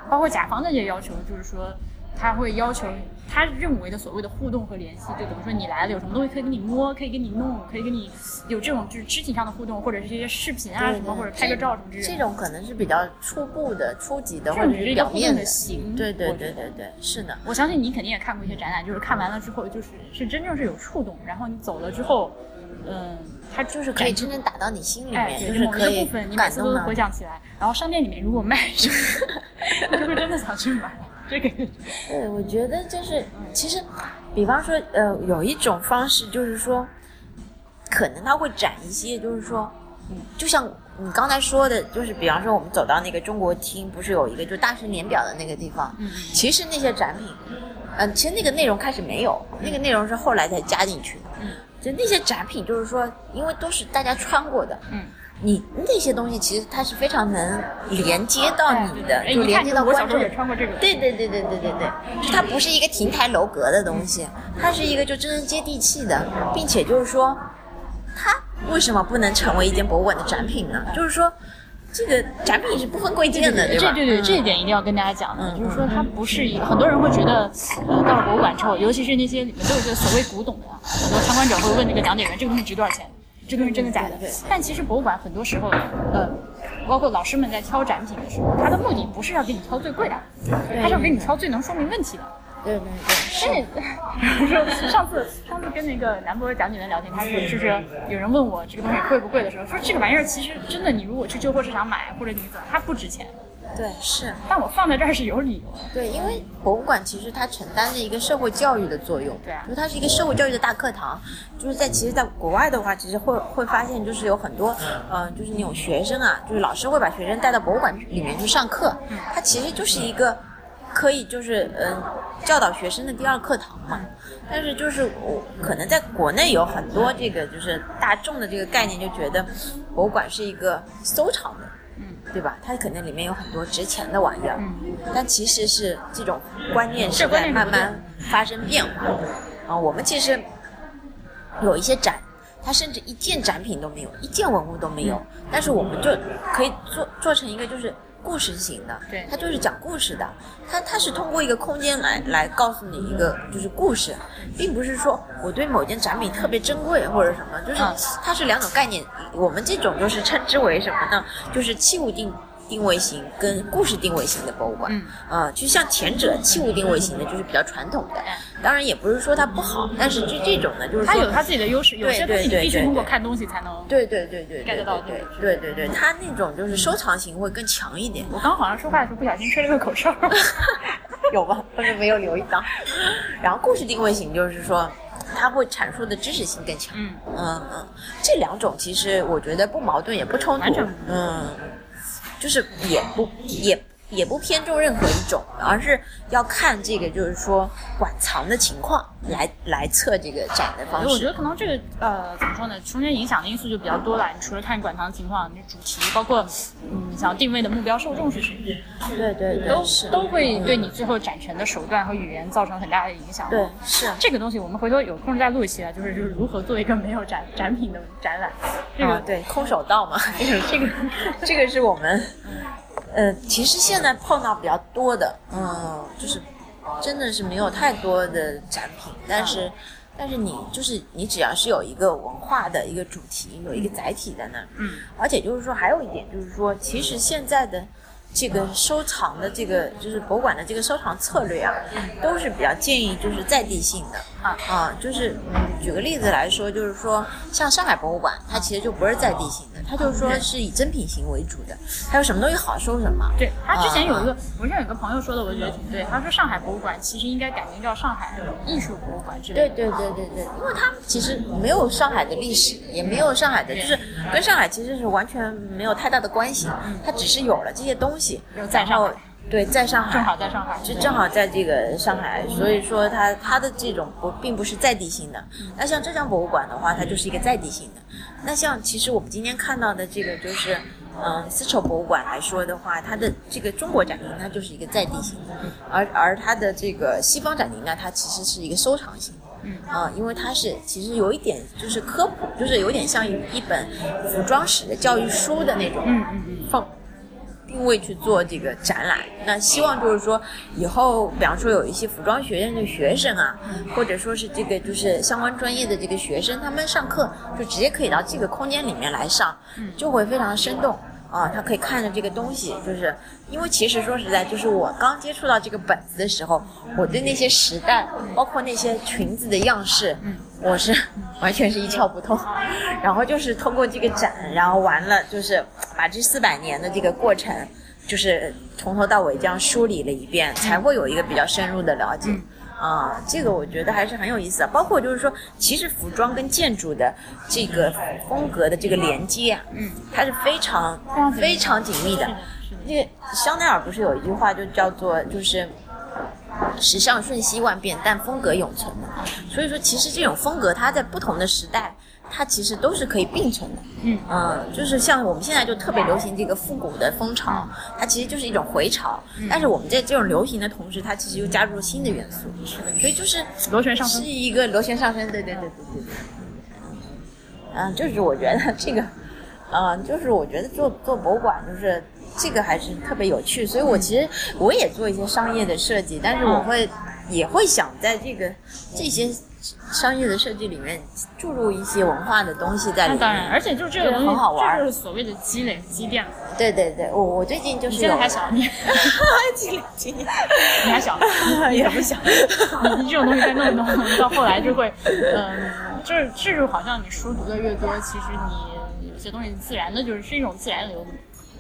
包括甲方的这些要求，就是说他会要求他认为的所谓的互动和联系，就比如说你来了，有什么东西可以给你摸，可以给你弄，可以给你有这种就是肢体上的互动，或者是一些视频啊什么，或者拍个照什么之类这的。种可能是比较初步的、初级的这或者种只是是一个表互动面的形，对对我觉对得对对，是的，我相信你肯定也看过一些展览，就是看完了之后，就是是真正是有触动，然后你走了之后，嗯，它就是可以感哎觉真正打到你心里哎，面，对就是某一可个以部分你每感次动都到回。想起来，然后商店里面如果卖，就 你就会真的想去买这个。对，我觉得就是其实，比方说，呃，有一种方式就是说，可能他会展一些，就是说，嗯，就像你刚才说的，就是比方说我们走到那个中国厅，不是有一个就大师年表的那个地方，嗯，其实那些展品，嗯、其实那个内容开始没有，那个内容是后来才加进去的。嗯，就那些展品，就是说，因为都是大家穿过的，嗯，你那些东西其实它是非常能连接到你的，哎，就一连看接就到我小观时候众也。穿过这个。对对对对对对对，就它不是一个亭台楼阁的东西，它是一个就真正接地气的，并且就是说，它为什么不能成为一件博物馆的展品呢？就是说，这个展品是不分贵贱的，对吧？对对，嗯这一点一定要跟大家讲的，嗯就是说它不是一个，很多人会觉得，呃，到了博物馆之后，尤其是那些里面都有一个所谓古董的啊，很多参观者会问那个讲解员，这个东西值多少钱？这个东西真的假的对对对？但其实博物馆很多时候，呃，包括老师们在挑展品的时候，他的目的不是要给你挑最贵的，他是要给你挑最能说明问题的。对对对，是但是，比如说上次上次跟那个南博讲解员聊天，他说就是有人问我这个东西贵不贵的时候，说这个玩意儿其实真的，你如果去旧货市场买或者你怎么，它不值钱，对是。但我放在这儿是有理由的。对，因为博物馆其实它承担着一个社会教育的作用，对啊就是它是一个社会教育的大课堂。就是在其实，在国外的话，其实会会发现，就是有很多，嗯、就是那种学生啊，就是老师会把学生带到博物馆里面去上课，嗯它其实就是一个可以就是嗯、教导学生的第二课堂嗯嘛。但是就是我可能在国内有很多这个就是大众的这个概念，就觉得博物馆是一个收藏的。嗯对吧？它可能里面有很多值钱的玩意儿，但其实是这种观念是这观在念慢是慢发生变化的。啊、我们其实有一些展，它甚至一件展品都没有，一件文物都没嗯有，但是我们就可以做做成一个就是故事型的，对它就是讲故事的，它它是通过一个空间来来告诉你一个就是故事，并不是说我对某件展品特别珍贵或者什么，就是嗯它是两种概念，我们这种就是称之为什么呢？就是器物定。定位型跟故事定位型的博物馆，嗯呃，就像前者器物定位型的，就是比较传统的，当然也不是说它不好，但是就这种呢，就是说嗯它有它自己的优势，有些东西你必须通过看东西才能。对对对对 get 对到对这个对对对，它那种就是收藏型会更强一 点，我刚好像说话的时候不小心吹了个口 哨，有吧？或者没有留意到。 然后故事定位型就是说，它会阐述的知识性更强。嗯嗯嗯，这两种其实我觉得不矛盾也不冲完突全不，嗯，就是也不也。也不偏重任何一种，而是要看这个，就是说馆藏的情况来来测这个展的方我觉式。得可能这个呃怎么说呢，中间影响的因素就比较多了。你除了看馆藏情况、你主题，包括嗯想要定位的目标受众是谁，对对都对，是，都会对你最后展陈的手段和语言造成很大的影响。对是。啊这个东西我们回头有空再录一期啊，就是就是如何做一个没有展展品的展览。这个、啊，对，空手道嘛，这个 这个是我们，呃，其实现在碰到比较多的，嗯，就是真的是没有太多的展品，但是但是你就是你只要是有一个文化的一个主题，有一个载体在那儿，嗯，而且就是说还有一点就是说，其实现在的。这个收藏的这个就是博物馆的这个收藏策略啊，都是比较建议就是在地性的，啊，就是嗯，举个例子来说，就是说像上海博物馆，它其实就不是在地型的，它就是说是以珍品型为主的，它有什么东西好收什么。对他之前有一个啊，我之前有个朋友说的，我觉得挺对。他说上海博物馆其实应该改名叫上海艺术博物馆之类对的。对对对对，因为它其实没有上海的历史，也没有上海的，就是跟上海其实是完全没有太大的关系，它只是有了这些东西，嗯有在然上海后对，在上海正好在上海，就正好在这个上海，所以说它它的这种不并不是在地性的。嗯那像浙江博物馆的话，它就是一个在地性的。那像其实我们今天看到的这个就是，嗯、丝绸博物馆来说的话，它的这个中国展厅它就是一个在地性的，嗯而而它的这个西方展厅呢，它其实是一个收藏型。嗯啊，因为它是其实有一点就是科普，就是有点像一一本服装史的教育书的那种，嗯嗯嗯，放定定位去做这个展览。那希望就是说，以后比方说有一些服装学院的学生啊，或者说是这个就是相关专业的这个学生，他们上课就直接可以到这个空间里面来上，就会非常生动。啊，他可以看着这个东西，就是因为其实说实在，就是我刚接触到这个本子的时候，我对那些时代，包括那些裙子的样式，我是 完全是一窍不通。 然后就是通过这个展，然后完了就是把这四百年的这个过程，就是从头到尾这样梳理了一遍，才会有一个比较深入的了解。啊，这个我觉得还是很有意思的。啊包括就是说，其实服装跟建筑的这个风格的这个连接啊，嗯，它是非常非常紧密的。那个香奈儿不是有一句话就叫做就是。时尚瞬息万变，但风格永存嘛。所以说，其实这种风格它在不同的时代，它其实都是可以并存的。嗯就是像我们现在就特别流行这个复古的风潮，嗯它其实就是一种回潮。但是我们在这种流行的同时，它其实又加入了新的元素。嗯所以就是螺旋上升是一个螺旋上升。对对对对对对。嗯，就是我觉得这个，嗯，就是我觉得做做博物馆就是这个还是特别有趣，所以我嗯其实我也做一些商业的设计，但是我会也会想在这个这些商业的设计里面注入一些文化的东西在里那面。当然，而且就是这这个个东西很好玩这就是所谓的积累积淀。对对对，我我最近就是你现在有 还小，你积累经 验，你还小，也不小。你这种东西再弄弄，到后来就会，嗯，就是就是好像你书读的越多，其实你有些东西自然的就是是一种自然流，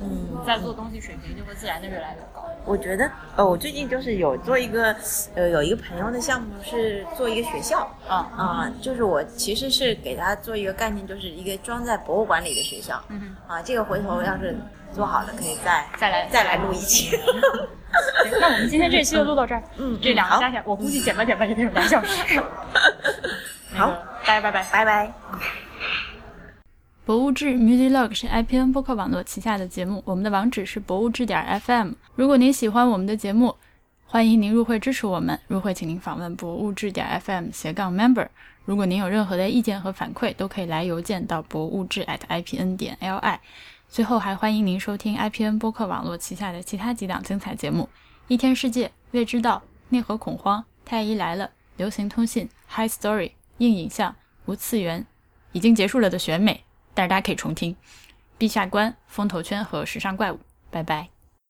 嗯。在做东西水平就会自然的越来越高。 我觉得，呃，我最近就是有做一个，呃，有一个朋友的项目是做一个学校，啊啊、就是我其实是给他做一个概念，就是一个装在博物馆里的学校，嗯啊，这个回头要是做好了，可以再再来再来录一 期，哼，那我们今天这期就录到这儿，嗯这两个好加起来，我估计剪吧剪吧也得有两小时。那好个，拜拜拜拜。拜拜。博物志 Music Log 是 IPN 播客网络旗下的节目，我们的网址是博物志点 FM。如果您喜欢我们的节目，欢迎您入会支持我们。入会请您访问博物志点 FM 斜杠 member。如果您有任何的意见和反馈，都可以来邮件到博物志 at IPN 点 LI。最后，还欢迎您收听 IPN 播客网络旗下的其他几档精彩节目：《一天世界》《未知道》《内核恐慌》《太医来了》《流行通信》《High Story》《硬影像》《无次元》，已经结束了的选美。但是大家可以重听。陛下观、风头圈和时尚怪物，拜拜。